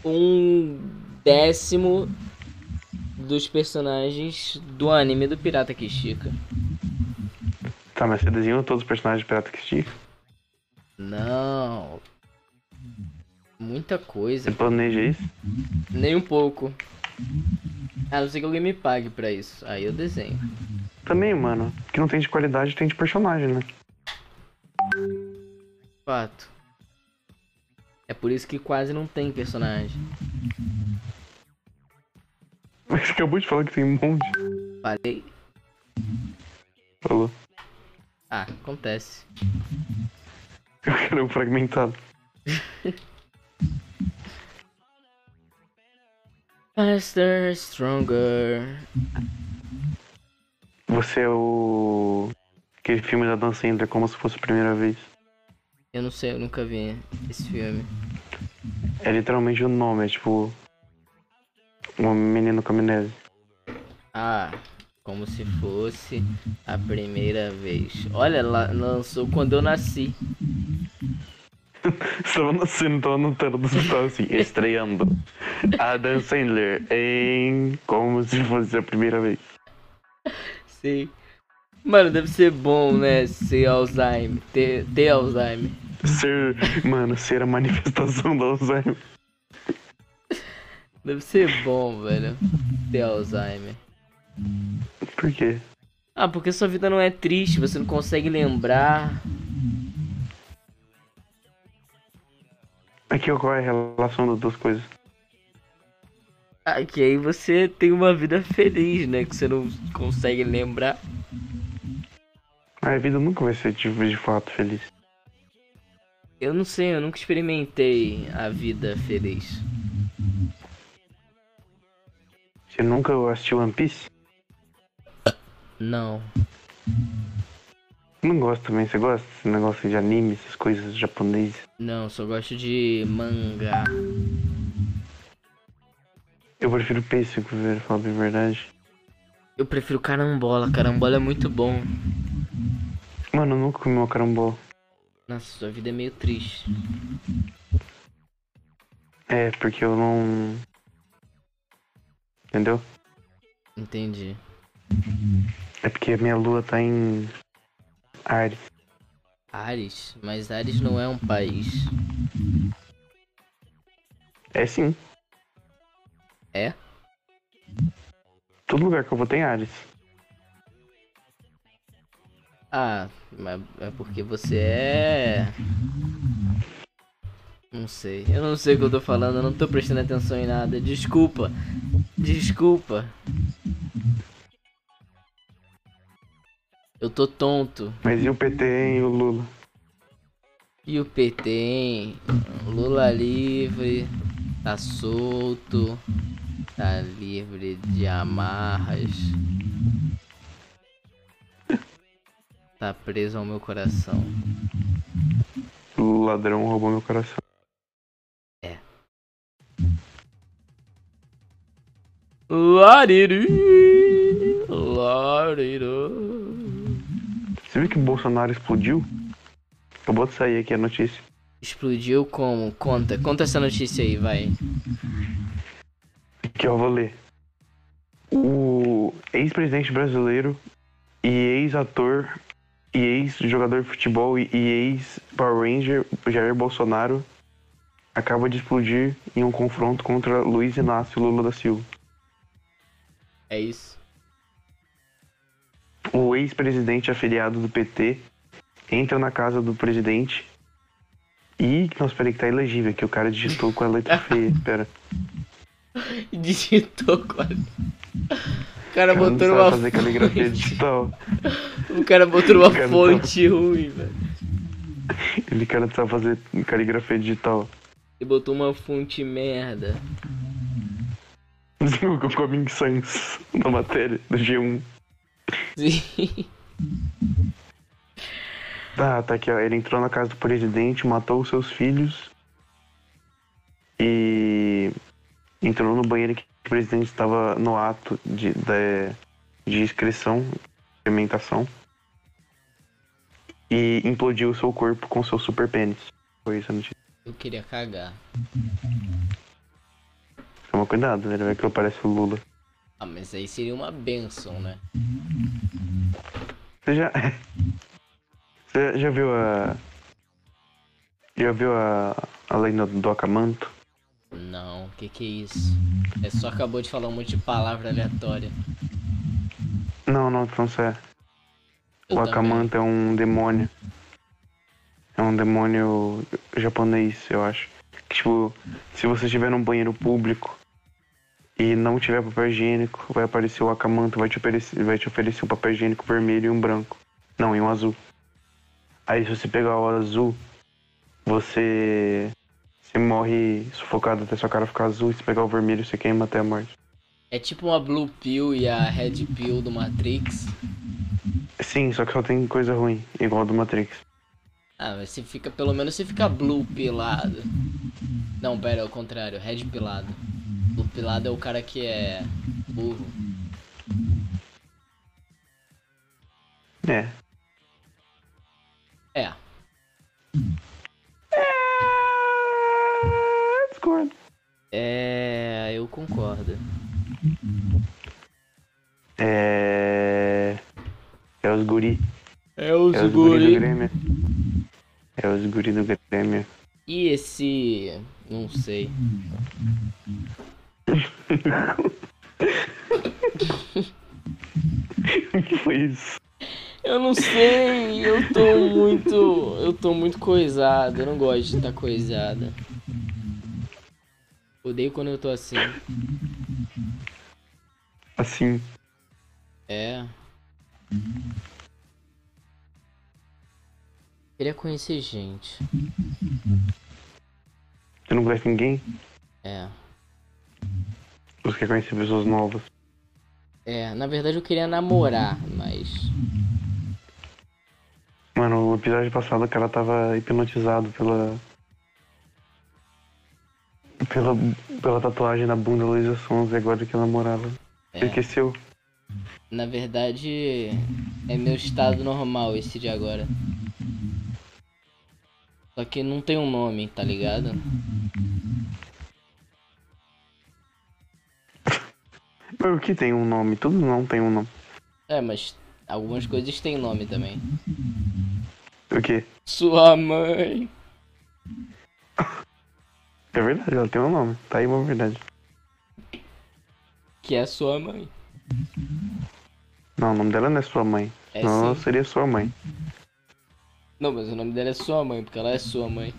Speaker 1: um décimo dos personagens do anime do Pirata que estica.
Speaker 2: Tá, mas você desenhou todos os personagens de Pirata que estica?
Speaker 1: Não. Muita coisa.
Speaker 2: Você planeja isso?
Speaker 1: Nem um pouco. A não ser que alguém me pague pra isso. Aí eu desenho.
Speaker 2: Também, mano. O que não tem de qualidade tem de personagem, né?
Speaker 1: Fato. É por isso que quase não tem personagem.
Speaker 2: Mas você acabou de falar que tem um monte.
Speaker 1: Falei.
Speaker 2: Falou.
Speaker 1: Ah, acontece.
Speaker 2: Eu quero um fragmentado.
Speaker 1: Faster, stronger.
Speaker 2: Você é o. Aquele filme da Dan Sandler, como se fosse a primeira vez.
Speaker 1: Eu não sei, eu nunca vi esse filme.
Speaker 2: É literalmente o nome, é tipo. Um menino com amnésia.
Speaker 1: Ah, como se fosse a primeira vez. Olha, la- lançou quando eu nasci.
Speaker 2: Você tava nascendo, tava anotando dos tava assim, estreando. Adam Sandler em. Como se fosse a primeira vez.
Speaker 1: Sei. Mano, deve ser bom, né? Ser Alzheimer. Ter, ter Alzheimer.
Speaker 2: Ser. Mano, ser a manifestação do Alzheimer.
Speaker 1: Deve ser bom, velho. Ter Alzheimer.
Speaker 2: Por quê?
Speaker 1: Ah, porque sua vida não é triste, você não consegue lembrar.
Speaker 2: Aqui qual é a relação das duas coisas?
Speaker 1: Ah, que aí você tem uma vida feliz, né? Que você não consegue lembrar.
Speaker 2: A vida nunca vai ser tipo, de fato feliz.
Speaker 1: Eu não sei, eu nunca experimentei a vida feliz.
Speaker 2: Você nunca assistiu One Piece?
Speaker 1: Não.
Speaker 2: Não gosto também, você gosta desse negócio de anime, essas coisas japonesas?
Speaker 1: Não, só gosto de mangá.
Speaker 2: Eu prefiro pêssego, velho, falar bem a verdade.
Speaker 1: Eu prefiro carambola, carambola é muito bom.
Speaker 2: Mano, eu nunca comi uma carambola.
Speaker 1: Nossa, sua vida é meio triste.
Speaker 2: É, porque eu não. Entendeu?
Speaker 1: Entendi.
Speaker 2: É porque a minha lua tá em. Ares.
Speaker 1: Ares, mas Ares não é um país.
Speaker 2: É sim.
Speaker 1: É?
Speaker 2: Todo lugar que eu vou tem Ares.
Speaker 1: Ah, mas é porque você é. Não sei. Eu não sei o que eu tô falando, eu não tô prestando atenção em nada. Desculpa. Desculpa. Eu tô tonto.
Speaker 2: Mas e o PT hein, e o Lula?
Speaker 1: E o PT, hein? Lula livre, tá solto, tá livre de amarras. Tá preso ao meu coração.
Speaker 2: O ladrão roubou meu coração.
Speaker 1: Lariru, lariru.
Speaker 2: Você viu que o Bolsonaro explodiu? Acabou de sair aqui a notícia.
Speaker 1: Explodiu como? Conta, conta essa notícia aí, vai.
Speaker 2: que eu vou ler. O ex-presidente brasileiro e ex-ator e ex-jogador de futebol e ex-Power Ranger Jair Bolsonaro acaba de explodir em um confronto contra Luiz Inácio Lula da Silva.
Speaker 1: É isso.
Speaker 2: o ex-presidente afiliado do PT entra na casa do presidente e. Nossa, peraí, que tá ilegível, que o cara digitou com a letra feia. Pera.
Speaker 1: Digitou quase. O cara
Speaker 2: O cara não
Speaker 1: botou
Speaker 2: sabe
Speaker 1: uma
Speaker 2: fazer caligrafia
Speaker 1: fonte.
Speaker 2: digital.
Speaker 1: O cara botou uma
Speaker 2: O cara não sabe.
Speaker 1: fonte ruim, velho.
Speaker 2: Ele cara não sabe fazer caligrafia digital.
Speaker 1: Ele botou uma fonte merda.
Speaker 2: O Coming Sans na matéria do G1.
Speaker 1: Sim.
Speaker 2: Tá, tá aqui, ó. Ele entrou na casa do presidente, matou os seus filhos e entrou no banheiro que o presidente estava no ato de, de, de excreção, fermentação, e implodiu o seu corpo com seu super pênis. Foi isso né? a notícia.
Speaker 1: Eu queria cagar.
Speaker 2: Toma cuidado, velho, vai que aparece o Lula.
Speaker 1: Ah, mas aí seria uma benção, né?
Speaker 2: Você já. Você já- já viu a. Já viu a, a lenda do Acamanto?
Speaker 1: Não, que que é isso? É só acabou de falar um monte de palavra aleatória.
Speaker 2: Não, não, não sei.
Speaker 1: Eu
Speaker 2: O
Speaker 1: também.
Speaker 2: Akamanta é um demônio. É um demônio japonês, eu acho. Que, tipo, se você estiver num banheiro público e não tiver papel higiênico, vai aparecer o Akamanta, vai te oferecer, vai te oferecer um papel higiênico vermelho e um branco. Não, e um azul. Aí se você pegar o azul, você. Você morre sufocado até sua cara ficar azul. E se pegar o vermelho, você queima até a morte.
Speaker 1: É tipo uma blue pill e a red pill do Matrix.
Speaker 2: Sim, só que só tem coisa ruim, igual a do Matrix.
Speaker 1: Ah, mas você fica, pelo menos você fica blue pilado. Não, pera, é o contrário, red pilado. Blue pilado é o cara que é burro.
Speaker 2: É,
Speaker 1: É,
Speaker 2: É, discordo.
Speaker 1: é, eu concordo.
Speaker 2: É. É os guri.
Speaker 1: É o
Speaker 2: É os guri do Grêmio. É os guri do Grêmio.
Speaker 1: E esse, não sei.
Speaker 2: O que foi isso?
Speaker 1: Eu não sei, eu tô muito. Eu tô muito coisado, eu não gosto de estar coisada. Odeio quando eu tô assim.
Speaker 2: Assim.
Speaker 1: É. Queria conhecer gente.
Speaker 2: Você não conhece ninguém?
Speaker 1: É.
Speaker 2: Você quer conhecer pessoas novas?
Speaker 1: É, na verdade eu queria namorar, mas.
Speaker 2: Mano, o episódio passado o cara tava hipnotizado pela. Pela, pela tatuagem na bunda da Luísa Sons e agora que ela morava.
Speaker 1: É.
Speaker 2: Esqueceu?
Speaker 1: Na verdade, é meu estado normal esse de agora. Só que não tem um nome, tá ligado?
Speaker 2: Mas o que tem um nome? Tudo não tem um nome.
Speaker 1: É, mas algumas coisas têm nome também.
Speaker 2: O quê?
Speaker 1: Sua mãe.
Speaker 2: É verdade, ela tem um nome. Tá aí uma verdade.
Speaker 1: Que é sua mãe.
Speaker 2: Não, o nome dela não é sua mãe.
Speaker 1: É
Speaker 2: não,
Speaker 1: sim.
Speaker 2: seria sua mãe.
Speaker 1: Não, mas o nome dela é sua mãe, porque ela é sua mãe.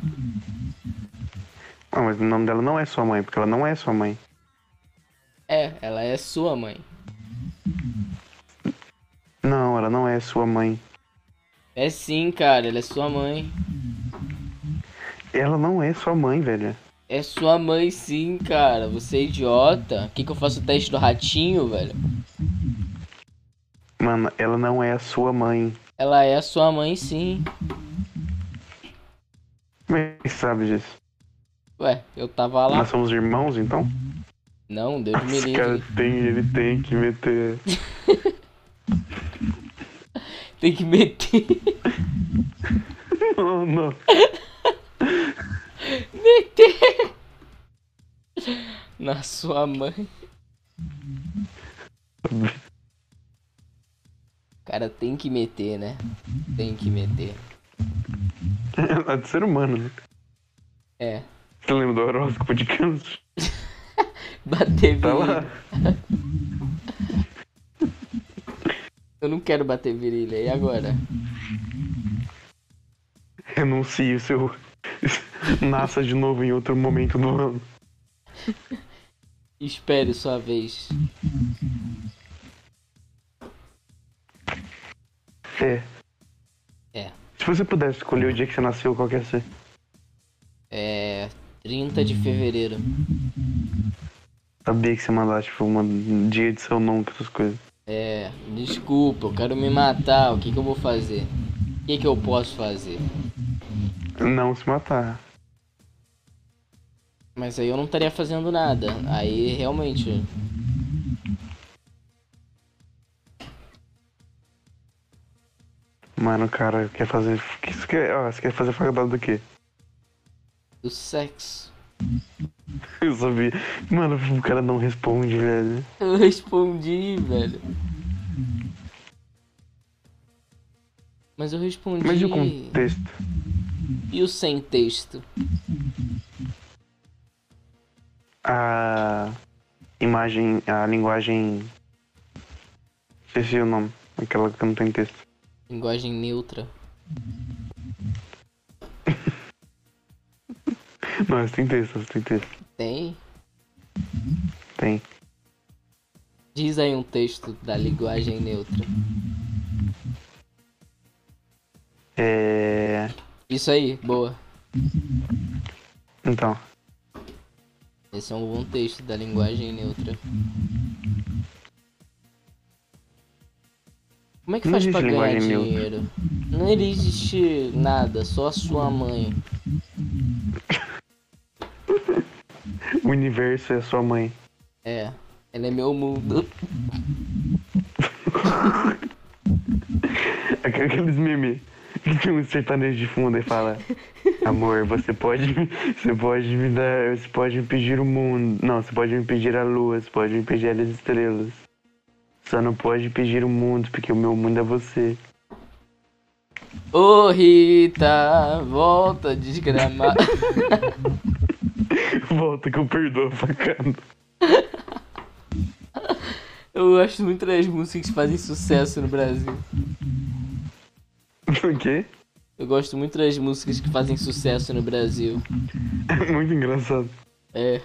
Speaker 2: Não, mas o nome dela não é sua mãe, porque ela não é sua mãe.
Speaker 1: É, ela é sua mãe.
Speaker 2: Não, ela não é sua mãe.
Speaker 1: É sim, cara, ela é sua mãe.
Speaker 2: Ela não é sua mãe, velho.
Speaker 1: É sua mãe sim, cara. Você é idiota. Que que eu faço o teste do ratinho, velho?
Speaker 2: Mano, ela não é a sua mãe.
Speaker 1: Ela é sua mãe sim.
Speaker 2: Como é que você sabe disso?
Speaker 1: Ué, eu tava lá.
Speaker 2: Nós somos irmãos, então?
Speaker 1: Não, Deus me
Speaker 2: Esse cara
Speaker 1: livre.
Speaker 2: tem, ele tem que meter.
Speaker 1: Tem que meter.
Speaker 2: Não, não.
Speaker 1: meter. Na sua mãe. Cara, tem que meter, né? Tem que meter.
Speaker 2: Ela é de ser humano, né?
Speaker 1: É.
Speaker 2: Você lembra do horóscopo de câncer?
Speaker 1: Bater
Speaker 2: Tá
Speaker 1: vinho.
Speaker 2: lá.
Speaker 1: Eu não quero bater virilha, e agora?
Speaker 2: Renuncie seu. Nasça de novo em outro momento do ano.
Speaker 1: Espere sua vez.
Speaker 2: É.
Speaker 1: É.
Speaker 2: Se você pudesse escolher o dia que você nasceu, qual que ia ser?
Speaker 1: É. 30 de fevereiro.
Speaker 2: Sabia que você mandasse, tipo, uma- um dia de seu nome, essas coisas.
Speaker 1: É. Desculpa, eu quero me matar. O que, que eu vou fazer? O que, que eu posso fazer?
Speaker 2: Não se matar.
Speaker 1: Mas aí eu não estaria fazendo nada. Aí realmente.
Speaker 2: Mano, cara, quer fazer. que você quer? Ah, você quer fazer faculdade do quê?
Speaker 1: Do sexo.
Speaker 2: Eu sabia. Mano, o cara não responde, velho.
Speaker 1: Eu respondi, velho. Mas eu respondi.
Speaker 2: Mas e o contexto?
Speaker 1: E o sem texto?
Speaker 2: A imagem. A linguagem. Não sei se é o nome. Aquela que não tem texto.
Speaker 1: Linguagem neutra.
Speaker 2: Não, essa tem texto, essa tem texto.
Speaker 1: Tem?
Speaker 2: Tem.
Speaker 1: Diz aí um texto da linguagem neutra.
Speaker 2: É.
Speaker 1: Isso aí, boa.
Speaker 2: Então.
Speaker 1: Esse é um bom texto da linguagem neutra. Como é que
Speaker 2: Não
Speaker 1: faz
Speaker 2: existe
Speaker 1: pra ganhar
Speaker 2: linguagem neutra.
Speaker 1: dinheiro? Não existe nada, só a sua mãe.
Speaker 2: O universo é sua mãe.
Speaker 1: É, ela é meu mundo.
Speaker 2: Aqu- Aqueles memes que tinha um sertanejo de fundo e fala: Amor, você pode, me- você pode me dar, você pode me pedir o mundo. Não, você pode me pedir a lua, você pode me pedir as estrelas. Só não pode pedir o mundo, porque o meu mundo é você.
Speaker 1: Ô Rita, volta desgramada.
Speaker 2: Volta que eu perdoo a facada.
Speaker 1: Eu gosto muito das músicas que fazem sucesso no Brasil.
Speaker 2: O quê?
Speaker 1: Eu gosto muito das músicas que fazem sucesso no Brasil.
Speaker 2: É muito engraçado.
Speaker 1: É.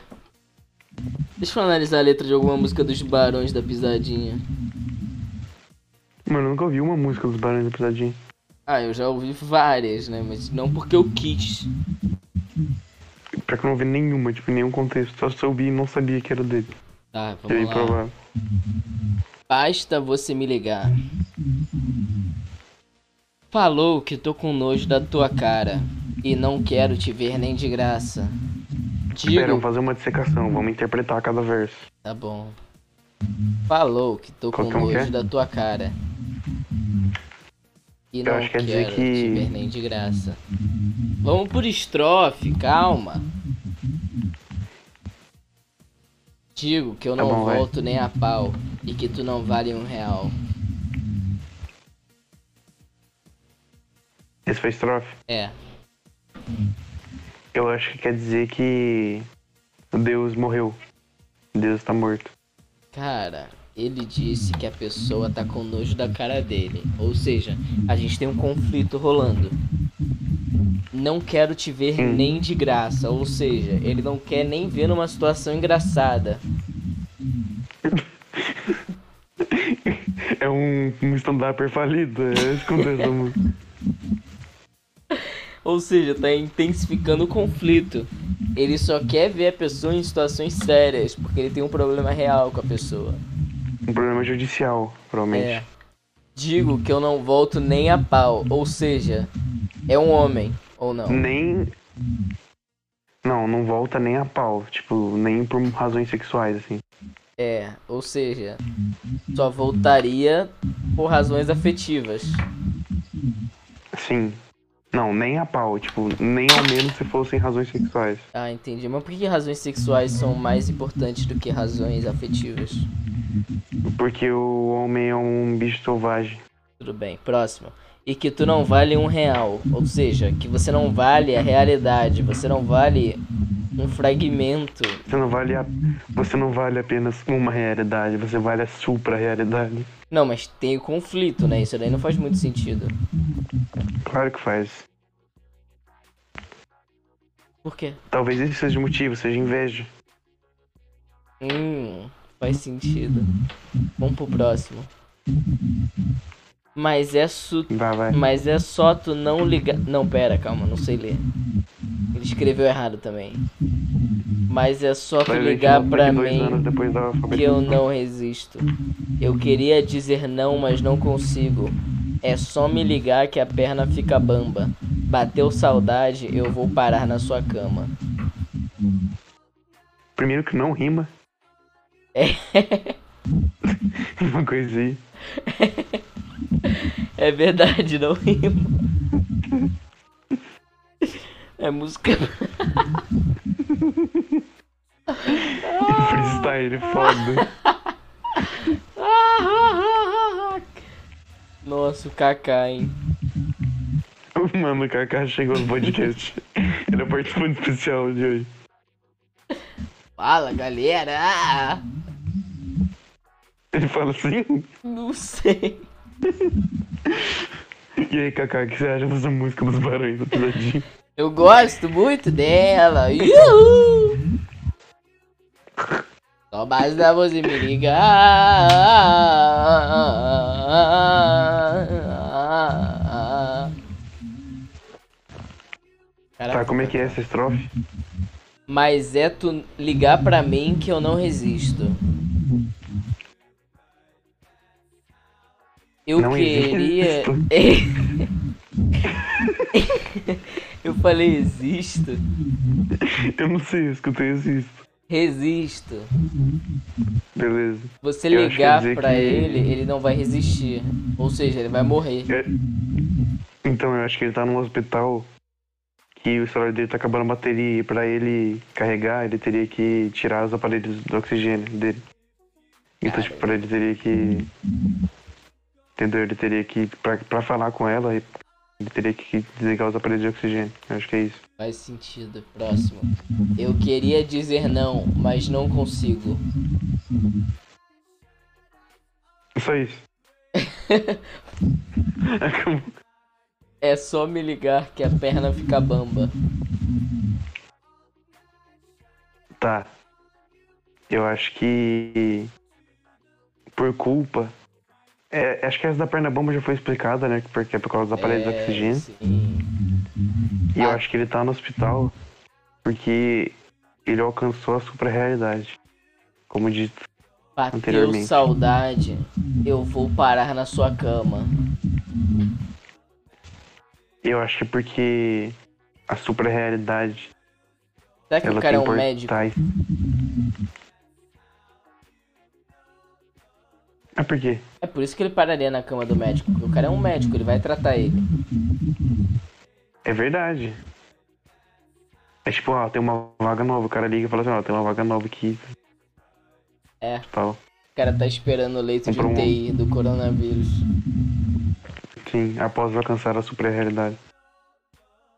Speaker 1: Deixa eu analisar a letra de alguma música dos Barões da Pisadinha.
Speaker 2: Mano, eu nunca ouvi uma música dos Barões da Pisadinha.
Speaker 1: Ah, eu já ouvi várias, né? Mas não porque eu quis.
Speaker 2: Pior que eu não ouvi nenhuma, tipo, em nenhum contexto. Só soube e não sabia que era dele.
Speaker 1: Tá,
Speaker 2: Que é
Speaker 1: vamos lá.
Speaker 2: improvável.
Speaker 1: Basta você me ligar. Falou que tô com nojo da tua cara e não quero te ver nem de graça.
Speaker 2: Pera,
Speaker 1: Digo,
Speaker 2: vamos fazer uma dissecação, vamos interpretar cada verso.
Speaker 1: tá bom. Falou que tô
Speaker 2: Qual
Speaker 1: com
Speaker 2: que é o
Speaker 1: nojo
Speaker 2: quê?
Speaker 1: da tua cara e
Speaker 2: Eu
Speaker 1: não
Speaker 2: acho que
Speaker 1: quero
Speaker 2: quer dizer
Speaker 1: te
Speaker 2: que-
Speaker 1: ver nem de graça. Vamos por estrofe, calma. Digo que eu
Speaker 2: Tá
Speaker 1: não
Speaker 2: bom, vai.
Speaker 1: volto nem a pau e que tu não vale um real.
Speaker 2: Esse foi estrofe?
Speaker 1: É,
Speaker 2: Eu acho que quer dizer que Deus morreu. Deus tá morto.
Speaker 1: Cara, ele disse que a pessoa tá com nojo da cara dele. Ou seja, a gente tem um conflito rolando. Não quero te ver
Speaker 2: Sim.
Speaker 1: nem de graça. Ou seja, ele não quer nem ver numa situação engraçada.
Speaker 2: É um, um stand-up falido. É esse contexto, mano.
Speaker 1: Ou seja, tá intensificando o conflito. Ele só quer ver a pessoa em situações sérias, porque ele tem um problema real com a pessoa.
Speaker 2: Um problema judicial, provavelmente.
Speaker 1: É. Digo que eu não volto nem a pau. Ou seja, é um homem, ou não?
Speaker 2: Nem. Não, não volta nem a pau. Tipo, nem por razões sexuais, assim.
Speaker 1: É, ou seja, só voltaria por razões afetivas.
Speaker 2: Sim. Não, nem a pau. Tipo, nem ao menos se fossem razões sexuais.
Speaker 1: Ah, entendi. Mas por que razões sexuais são mais importantes do que razões afetivas?
Speaker 2: Porque o homem é um bicho selvagem.
Speaker 1: Tudo bem, próximo. E que tu não vale um real. Ou seja, que você não vale a realidade, você não vale um fragmento.
Speaker 2: Você não vale a... Você não vale apenas uma realidade, você vale a supra-realidade.
Speaker 1: Não, mas tem o conflito, né? Isso daí não faz muito sentido.
Speaker 2: Claro que faz.
Speaker 1: Por quê?
Speaker 2: Talvez esse seja o motivo, seja inveja.
Speaker 1: Hum, faz sentido. Vamos pro próximo. Mas é su...
Speaker 2: Vai, vai.
Speaker 1: Mas é só tu não ligar. Não, pera, calma, não sei ler. Ele escreveu errado também. Mas é só tu
Speaker 2: Vai ver que
Speaker 1: ligar
Speaker 2: não foi
Speaker 1: pra
Speaker 2: dois anos
Speaker 1: mim
Speaker 2: depois da
Speaker 1: que eu
Speaker 2: alfabetização.
Speaker 1: não resisto. Eu queria dizer não, mas não consigo. É só me ligar que a perna fica bamba. Bateu saudade, eu vou parar na sua cama.
Speaker 2: Primeiro que não rima. É. Uma coisa aí.
Speaker 1: É verdade, não rima. É música.
Speaker 2: Freestyle, foda.
Speaker 1: Ah, Nossa, o Kaká, hein?
Speaker 2: Mano, o Kaká chegou no podcast. Ele é o participante especial de hoje.
Speaker 1: Fala, galera! Ah,
Speaker 2: Ele fala assim.
Speaker 1: Não sei.
Speaker 2: E aí, Kaká, o que você acha dessa música dos barões? Pesadinho?
Speaker 1: Eu gosto muito dela. Uhul! Só base da você me Ah, ah, ligar.
Speaker 2: Tá, como é que é essa estrofe?
Speaker 1: Mas é tu ligar pra mim que eu não resisto. Eu
Speaker 2: Não
Speaker 1: queria. eu falei existo.
Speaker 2: Eu não sei, eu escutei isso. isso.
Speaker 1: Resisto.
Speaker 2: Beleza.
Speaker 1: Você
Speaker 2: Eu acho que
Speaker 1: ligar
Speaker 2: quer dizer
Speaker 1: pra
Speaker 2: que-
Speaker 1: ele, ele não vai resistir. Ou seja, ele vai morrer.
Speaker 2: É- Então, eu acho que ele tá num hospital que o celular dele tá acabando a bateria e pra ele carregar, ele teria que tirar os aparelhos do oxigênio dele. Então,
Speaker 1: Cara.
Speaker 2: tipo, pra ele teria que. Entendeu? Ele teria que. Pra, pra falar com ela, ele teria que desligar os aparelhos de oxigênio. Eu acho que é isso.
Speaker 1: Faz sentido. Próximo. Eu queria dizer não, mas não consigo.
Speaker 2: Só isso. Acabou.
Speaker 1: É só me ligar que a perna fica bamba.
Speaker 2: Tá. Eu acho que. Por culpa. É, acho que essa da perna bomba já foi explicada, né? Porque é por causa da parede do
Speaker 1: É,
Speaker 2: oxigênio.
Speaker 1: Sim.
Speaker 2: E eu
Speaker 1: Ah.
Speaker 2: acho que ele tá no hospital porque ele alcançou a super-realidade. Como dito.
Speaker 1: Bateu
Speaker 2: anteriormente.
Speaker 1: saudade, eu vou parar na sua cama.
Speaker 2: Eu acho que porque a super-realidade.
Speaker 1: Será que
Speaker 2: Ela
Speaker 1: o cara é
Speaker 2: tem
Speaker 1: um médico?
Speaker 2: portais. Ah, por quê?
Speaker 1: É por isso que ele pararia na cama do médico, porque o cara é um médico, ele vai tratar ele.
Speaker 2: É verdade. É tipo, ó, tem uma vaga nova, o cara liga e fala assim, ó, tem uma vaga nova aqui.
Speaker 1: É.
Speaker 2: Tal.
Speaker 1: O cara tá esperando o leito de
Speaker 2: Comprou um-
Speaker 1: UTI do coronavírus.
Speaker 2: Sim, após alcançar a super realidade.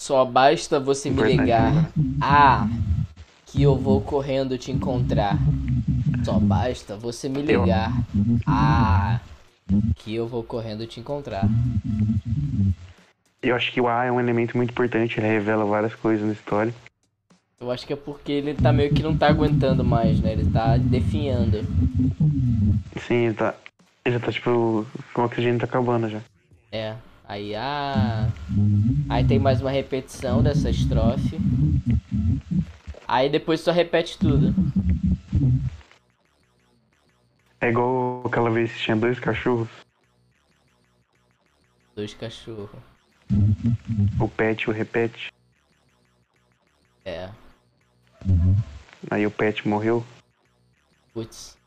Speaker 1: Só basta você me
Speaker 2: Verdade, né?
Speaker 1: ligar. Ah, que eu vou correndo te encontrar. Só basta você me
Speaker 2: Eu-
Speaker 1: ligar. Ah, que eu vou correndo te encontrar.
Speaker 2: Eu acho que o A é um elemento muito importante, ele revela várias coisas na história.
Speaker 1: Eu acho que é porque ele tá meio que não tá aguentando mais, né? Ele tá definhando.
Speaker 2: Sim, ele tá. Ele tá tipo. O oxigênio tá acabando já.
Speaker 1: É, aí a. Aí tem mais uma repetição dessa estrofe. Aí depois só repete tudo.
Speaker 2: É igual aquela vez que tinha dois cachorros,
Speaker 1: Dois cachorros.
Speaker 2: o pet e o repete.
Speaker 1: É.
Speaker 2: Aí o pet morreu.
Speaker 1: Putz.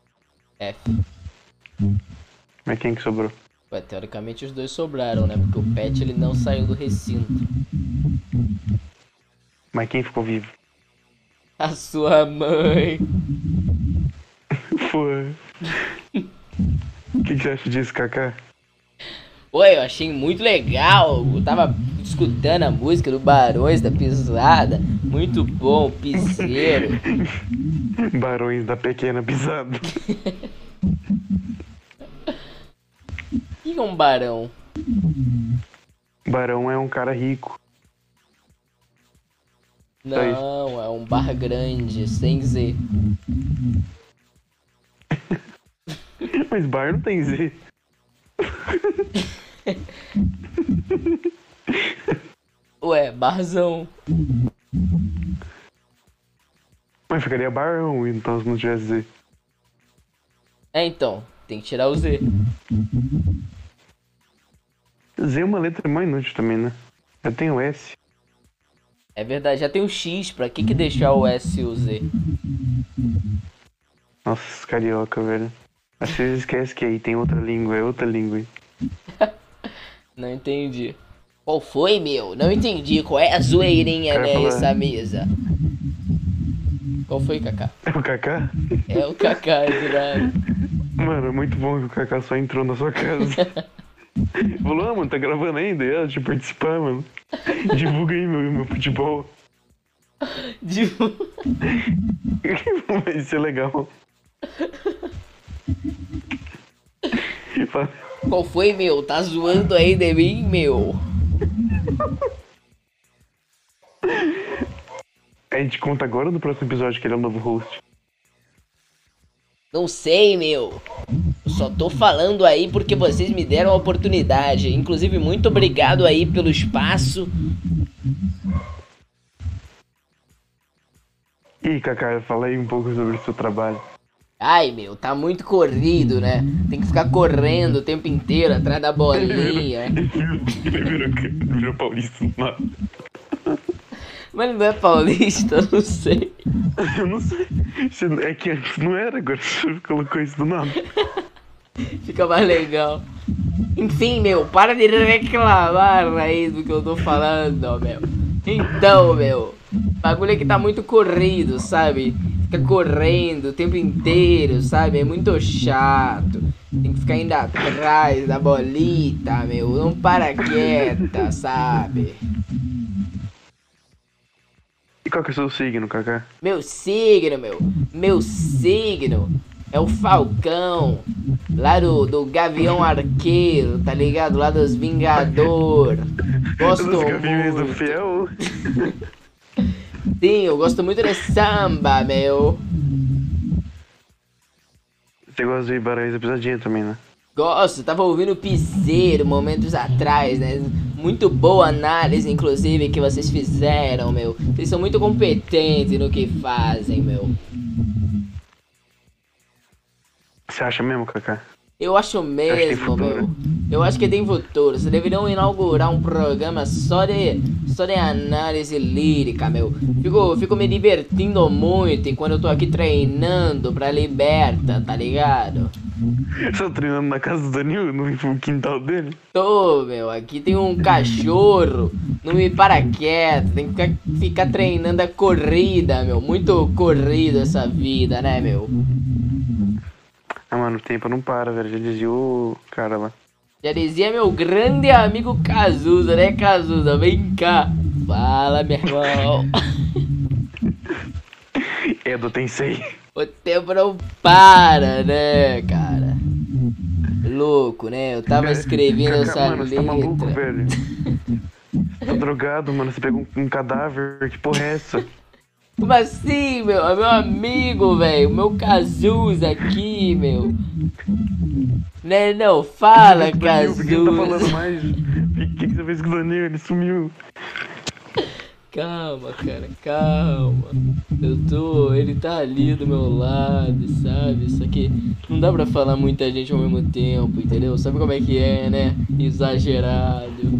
Speaker 1: É, F.
Speaker 2: Mas quem que sobrou?
Speaker 1: Ué, teoricamente os dois sobraram, né? Porque o Pet ele não saiu do recinto.
Speaker 2: Mas quem ficou vivo?
Speaker 1: A sua mãe.
Speaker 2: Foi. O que, que você acha disso, Kaká?
Speaker 1: Oi, eu achei muito legal. Eu tava escutando a música do Barões da Pisada. Muito bom, piseiro.
Speaker 2: Barões da Pequena Pisada.
Speaker 1: que é um barão?
Speaker 2: Barão é um cara rico. Tá isso.
Speaker 1: Não, é um bar grande, sem Z.
Speaker 2: Mas bar não tem Z.
Speaker 1: Ué, barzão.
Speaker 2: Mas ficaria barão, então se não tivesse Z.
Speaker 1: É então, tem que tirar o Z.
Speaker 2: Z é uma letra mais inútil também, né? Eu tenho S.
Speaker 1: É verdade, já tem o X, pra que que deixar o S e o Z?
Speaker 2: Nossa, esses carioca, velho. Às vezes esquece que aí tem outra língua, é outra língua.
Speaker 1: Não entendi. Qual foi, meu? Não entendi. Qual é a zoeirinha
Speaker 2: Cara, fala-
Speaker 1: nessa mesa? Qual foi, Kaká?
Speaker 2: É o Kaká?
Speaker 1: É o Kaká, é verdade.
Speaker 2: Mano, é muito bom que o Kaká só entrou na sua casa. Falou, ah, mano, tá gravando ainda? Eu, deixa eu participar, mano. Divulga aí meu, meu futebol.
Speaker 1: Divu-
Speaker 2: Vai ser legal. Fala-
Speaker 1: Qual foi, meu? Tá zoando aí de mim, meu?
Speaker 2: A gente conta agora no próximo episódio que ele é o novo host.
Speaker 1: Não sei, meu. Eu Só tô falando aí porque vocês me deram a oportunidade. Inclusive, muito obrigado aí pelo espaço.
Speaker 2: E aí, Kaká, fala aí um pouco sobre o seu trabalho.
Speaker 1: Ai, meu, tá muito corrido, né? Tem que ficar correndo o tempo inteiro atrás da bolinha.
Speaker 2: Ele virou, ele virou paulista do nada.
Speaker 1: Mas ele não é paulista, eu não sei.
Speaker 2: Eu não sei. Você- É que antes não era, agora você colocou isso do nada.
Speaker 1: Fica mais legal. Enfim, meu, para de reclamar aí do que eu tô falando, ó, meu. Então, meu, o bagulho é que tá muito corrido, sabe? Fica correndo o tempo inteiro, sabe? É muito chato. Tem que ficar indo atrás da bolita, meu. Não para quieta, sabe?
Speaker 2: E qual que é o seu signo, Kaká?
Speaker 1: Meu signo, meu. Meu signo é o Falcão. Lá do, do Gavião Arqueiro, tá ligado? Lá dos Vingador. Gosto
Speaker 2: Dos gaviões do
Speaker 1: muito.
Speaker 2: fiel.
Speaker 1: Sim, eu gosto muito de samba, meu.
Speaker 2: Você gosta de Barões da Pisadinha também, né?
Speaker 1: Gosto, tava ouvindo o Piseiro momentos atrás, né? Muito boa análise, inclusive, que vocês fizeram, meu. Vocês são muito competentes no que fazem, meu.
Speaker 2: Você acha mesmo, Kaká?
Speaker 1: Eu acho
Speaker 2: que tem
Speaker 1: mesmo,
Speaker 2: futuro.
Speaker 1: meu. Eu acho que tem futuro. Vocês deveriam inaugurar um programa só de, só de análise lírica, meu. Fico, fico me divertindo muito enquanto eu tô aqui treinando pra liberta, tá ligado?
Speaker 2: Só treinando na casa do Danilo, no quintal dele?
Speaker 1: Tô, meu, aqui tem um cachorro. Não me para quieto. Tem que ficar, ficar treinando a corrida, meu. Muito corrida essa vida, né, meu?
Speaker 2: Ah, mano, o tempo não para, velho. Já dizia o cara lá.
Speaker 1: Já dizia meu grande amigo Cazuza, né, Cazuza? Vem cá. Fala, meu irmão.
Speaker 2: Edo Tensei.
Speaker 1: o tempo não para, né, cara? Louco, né? Eu tava escrevendo
Speaker 2: Kaká,
Speaker 1: essa
Speaker 2: mano, você
Speaker 1: letra.
Speaker 2: tá maluco, velho. Você tá drogado, mano. Você pegou um, um cadáver. Que porra é essa?
Speaker 1: Como assim, meu? É meu amigo, velho. Meu Cazuza aqui, meu. Né, não? Fala,
Speaker 2: Danilo, por que não tá falando
Speaker 1: Cazuza.
Speaker 2: mais? O que, que você fez com o Danilo? Ele sumiu.
Speaker 1: Calma, cara, calma. Eu tô. Ele tá ali do meu lado, sabe? Só que não dá pra falar muita gente ao mesmo tempo, entendeu? Sabe como é que é, né? Exagerado.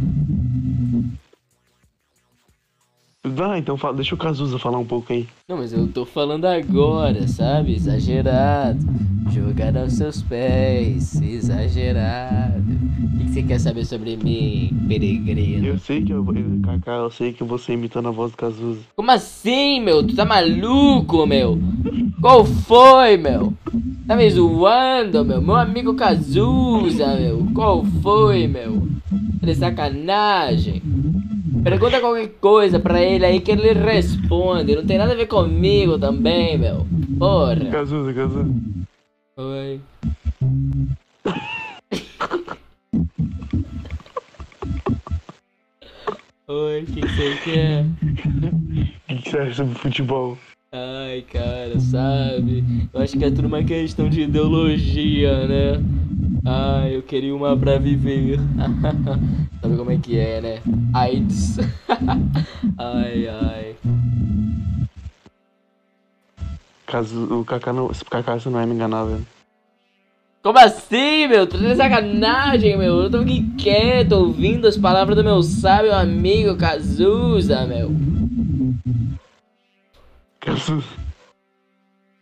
Speaker 2: Ah, então fala, deixa o Cazuza falar um pouco aí.
Speaker 1: Não, mas eu tô falando agora, sabe? Exagerado. Jogar aos seus pés, exagerado. O que que você quer saber sobre mim, peregrino?
Speaker 2: Eu sei que eu, eu, Kaká, eu sei que você é imitando a voz do Cazuza.
Speaker 1: Como assim, meu? Tu tá maluco, meu? Qual foi, meu? Tá me zoando, meu? Meu amigo Cazuza, meu. Qual foi, meu? Tá de sacanagem. Pergunta qualquer coisa pra ele aí que ele responde. Não tem nada a ver comigo também, meu. Porra.
Speaker 2: Cazuza, Cazuza.
Speaker 1: Oi. Oi, o que que você quer?
Speaker 2: O que que você acha sobre futebol?
Speaker 1: Ai, cara, sabe? Eu acho que é tudo uma questão de ideologia, né? Ai, eu queria uma pra viver. Sabe como é que é, né? AIDS. Ai, ai.
Speaker 2: Caso o Kaká não. Se o Kaká você não é me enganar, velho.
Speaker 1: Como assim, meu? Tô de sacanagem, meu. Eu tô aqui quieto, ouvindo as palavras do meu sábio amigo Cazuza, meu.
Speaker 2: Caso.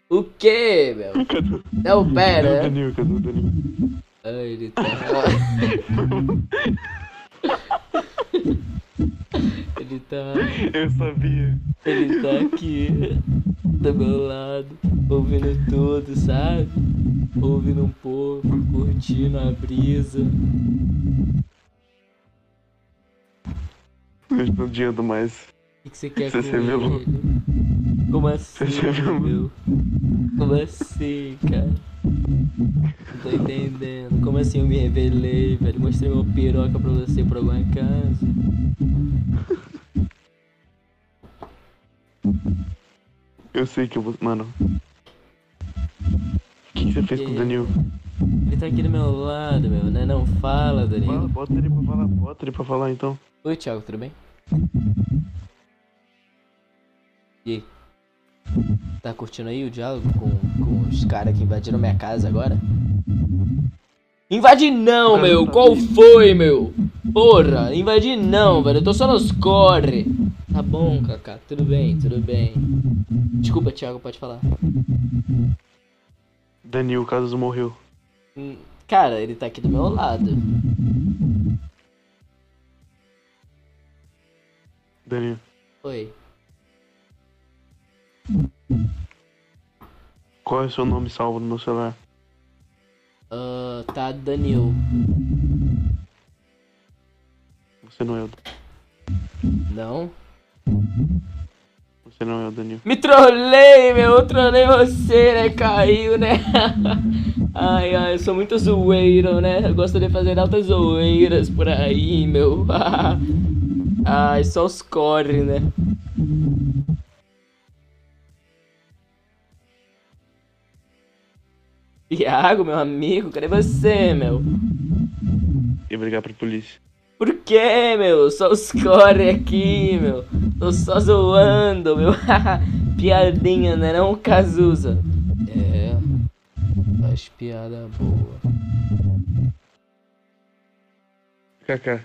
Speaker 1: O que, meu?
Speaker 2: Cadu,
Speaker 1: Dá o pé,
Speaker 2: Cadê o
Speaker 1: né?
Speaker 2: Danilo? Cadê o Danilo?
Speaker 1: Ai, ele tá. ele tá.
Speaker 2: Eu sabia.
Speaker 1: Ele tá aqui, do meu lado, ouvindo tudo, sabe? Ouvindo um pouco, curtindo a brisa.
Speaker 2: Eu não adianto mais.
Speaker 1: O que que você quer
Speaker 2: Você
Speaker 1: com
Speaker 2: se revelou.
Speaker 1: ele? Como assim,
Speaker 2: se revelou.
Speaker 1: meu? Como assim, cara? Não tô entendendo. Como assim eu me revelei, velho? Mostrei meu piroca pra você por algum acaso.
Speaker 2: Eu sei que eu vou. Mano. O que, que você fez com o Danilo?
Speaker 1: Ele tá aqui do meu lado, meu, né? Não fala,
Speaker 2: Fala,
Speaker 1: Danilo.
Speaker 2: bota ele pra falar, bota ele pra falar então.
Speaker 1: Oi, Thiago, tudo bem? E aí? Tá curtindo aí o diálogo com, com os caras que invadiram minha casa agora? Invadi não,
Speaker 2: Ah,
Speaker 1: meu!
Speaker 2: tá
Speaker 1: Qual
Speaker 2: bem.
Speaker 1: foi, meu? Porra, invadi não, velho. Eu tô só nos corre. Tá bom, Kaká. Tudo bem, tudo bem. Desculpa, Thiago, pode falar.
Speaker 2: Danilo, Caso morreu.
Speaker 1: Hum, Cara, ele tá aqui do meu lado.
Speaker 2: Danilo.
Speaker 1: Oi.
Speaker 2: Qual é o seu nome salvo no meu celular?
Speaker 1: Ah, tá, Danil.
Speaker 2: Você não é o,
Speaker 1: Não?
Speaker 2: você não é o Danilo.
Speaker 1: Me trolei, meu, eu trolei você, né? Caiu, né? Ai, ai, eu sou muito zoeiro, né? Eu gosto de fazer altas zoeiras por aí, meu. Ai, só os corre, né? Iago, meu amigo, cadê você, meu?
Speaker 2: E brigar pra polícia.
Speaker 1: Por que, meu? Só os core aqui, meu. Tô só zoando, meu. Piadinha, né? Não, Cazuza. É. Faz piada boa.
Speaker 2: Kaká,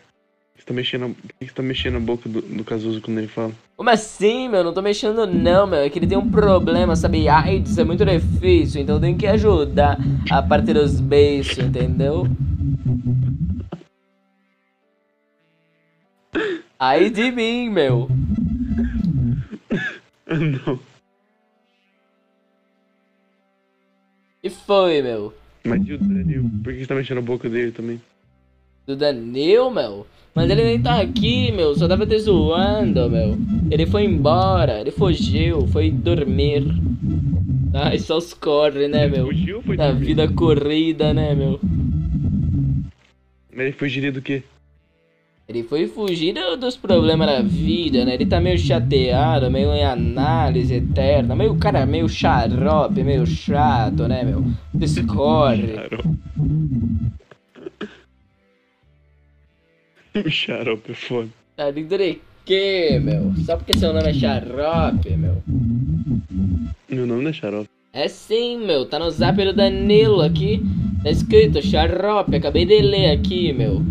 Speaker 2: você tá mexendo. Por que você tá mexendo a boca do, do Cazuza quando ele fala?
Speaker 1: Como assim, meu? Não tô mexendo, não, meu. É que ele tem um problema, sabe? AIDS é muito difícil, então tem que ajudar a partir dos beijos, entendeu? Ai de mim, meu.
Speaker 2: não.
Speaker 1: E foi, meu.
Speaker 2: Mas e o Danilo? Por que você tá mexendo a boca dele também?
Speaker 1: Do Danil, meu? Mas ele nem tá aqui, meu. Só tava te zoando, meu. Ele foi embora, ele fugiu, foi dormir. Ai, só os corre, né, meu?
Speaker 2: Fugiu ou foi
Speaker 1: Da
Speaker 2: dormir?
Speaker 1: vida corrida, né, meu?
Speaker 2: Mas ele fugiria do quê?
Speaker 1: Ele foi fugir do- dos problemas da vida, né? Ele tá meio chateado, meio em análise eterna. Meio cara, meio xarope, meio chato, né, meu? Discorre.
Speaker 2: Xarope. O xarope é foda.
Speaker 1: Tá lindo de quê, meu? Só porque seu nome é xarope, meu.
Speaker 2: Meu nome não é xarope.
Speaker 1: É sim, meu. Tá no zap do Danilo aqui. Tá escrito xarope. Acabei de ler aqui, meu.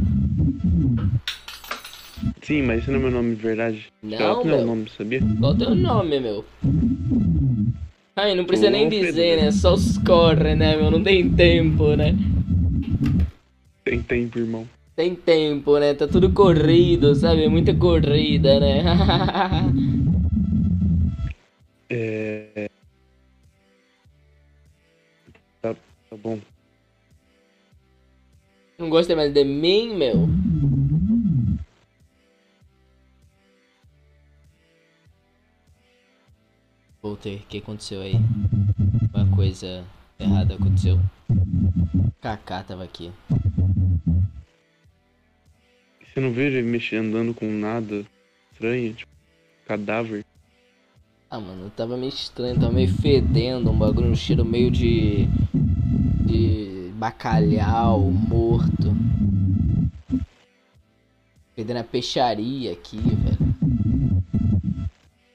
Speaker 2: Sim, mas esse não é meu nome de verdade.
Speaker 1: Não,
Speaker 2: Xarope não é o
Speaker 1: meu.
Speaker 2: nome, sabia?
Speaker 1: Qual o teu nome, meu? Ai, não precisa nem
Speaker 2: Alfredo,
Speaker 1: dizer,
Speaker 2: né?
Speaker 1: né? Só os corre, né, meu? Não tem tempo, né?
Speaker 2: Tem tempo, irmão.
Speaker 1: Tem tempo, né? Tá tudo corrido, sabe? Muita corrida, né?
Speaker 2: É. Tá, tá bom.
Speaker 1: não gosta mais de mim, meu? Voltei, o que aconteceu aí? Uma coisa errada aconteceu. Kaká tava aqui.
Speaker 2: Você não vê ele mexendo, andando com nada? estranha, tipo, cadáver.
Speaker 1: Ah, mano, tava meio estranho, tava meio fedendo, um bagulho, um cheiro meio de. de bacalhau morto. Fedendo a peixaria aqui, velho.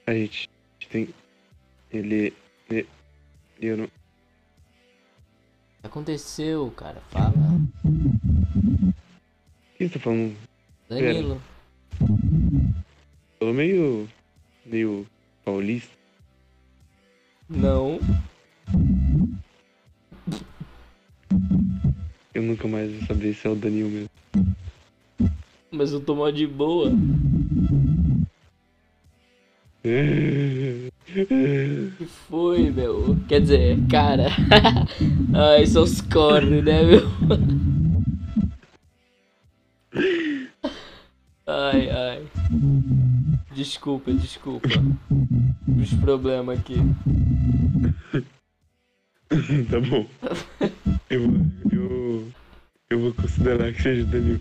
Speaker 2: A gente tem. Ele. ele- Eu não.
Speaker 1: O que aconteceu, cara? Fala.
Speaker 2: O que você tá falando?
Speaker 1: Danilo.
Speaker 2: Falou meio. meio. paulista.
Speaker 4: Não.
Speaker 2: Eu nunca mais vou saber se é o Danilo mesmo.
Speaker 4: Mas eu tô mó de boa. Que foi, meu? Quer dizer, cara. Ai, são os cornos, né, meu? Ai, ai. Desculpa, desculpa. Os problemas aqui.
Speaker 2: tá bom. Eu, vou- eu. Eu vou considerar que seja o Danilo.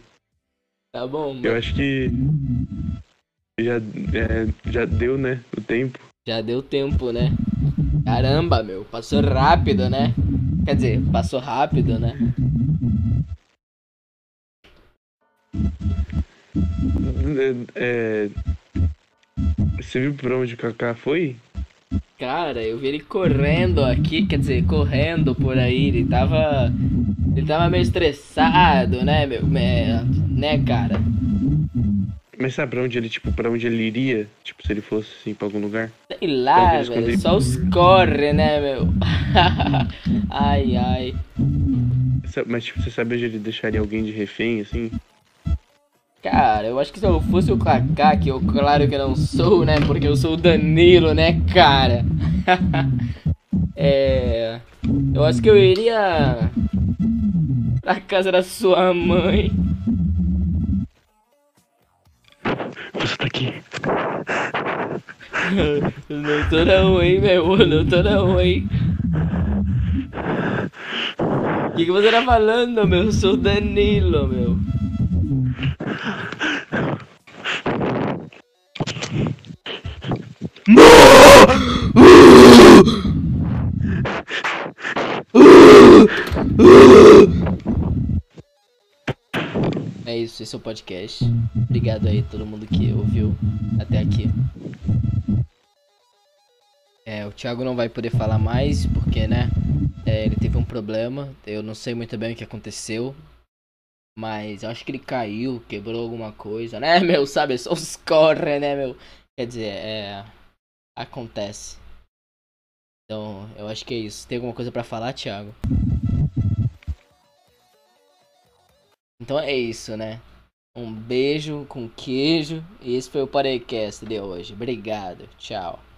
Speaker 4: Tá bom, mano.
Speaker 2: Eu acho que. Já, é, já deu, né? O tempo.
Speaker 1: Já deu tempo, né? Caramba, meu, passou rápido, né? Quer dizer, passou rápido, né?
Speaker 2: É, é, você viu por onde o Kaká foi?
Speaker 1: Cara, eu vi ele correndo aqui, quer dizer, correndo por aí, ele tava. Ele tava meio estressado, né, meu? É, né, cara?
Speaker 2: Mas sabe pra onde ele, tipo, pra onde ele iria? Tipo, se ele fosse assim pra algum lugar?
Speaker 1: Sei lá,
Speaker 2: Talvez quando
Speaker 1: velho,
Speaker 2: ele-
Speaker 1: só os corre, né, meu? ai, ai.
Speaker 2: Sa- Mas tipo, você sabe onde ele deixaria alguém de refém, assim?
Speaker 1: Cara, eu acho que se eu fosse o Kaká, que eu claro que não sou, né? Porque eu sou o Danilo, né, cara? é. Eu acho que eu iria. pra casa da sua mãe.
Speaker 2: Você tá aqui.
Speaker 1: Não tô não, hein, meu? Não tô não, hein? O que, que você tá falando, meu? Eu sou o Danilo, meu. É isso, esse é o podcast. Obrigado aí todo mundo que ouviu até aqui. É, o Thiago não vai poder falar mais, porque, né? é, ele teve um problema. Eu não sei muito bem o que aconteceu. Mas eu acho que ele caiu, quebrou alguma coisa, né, meu? Sabe, só os corre, né, meu? Quer dizer, é. Acontece. Então, eu acho que é isso. Tem alguma coisa pra falar, Thiago? Então é isso, né? Um beijo com queijo. E esse foi o Parecast de hoje. Obrigado. Tchau.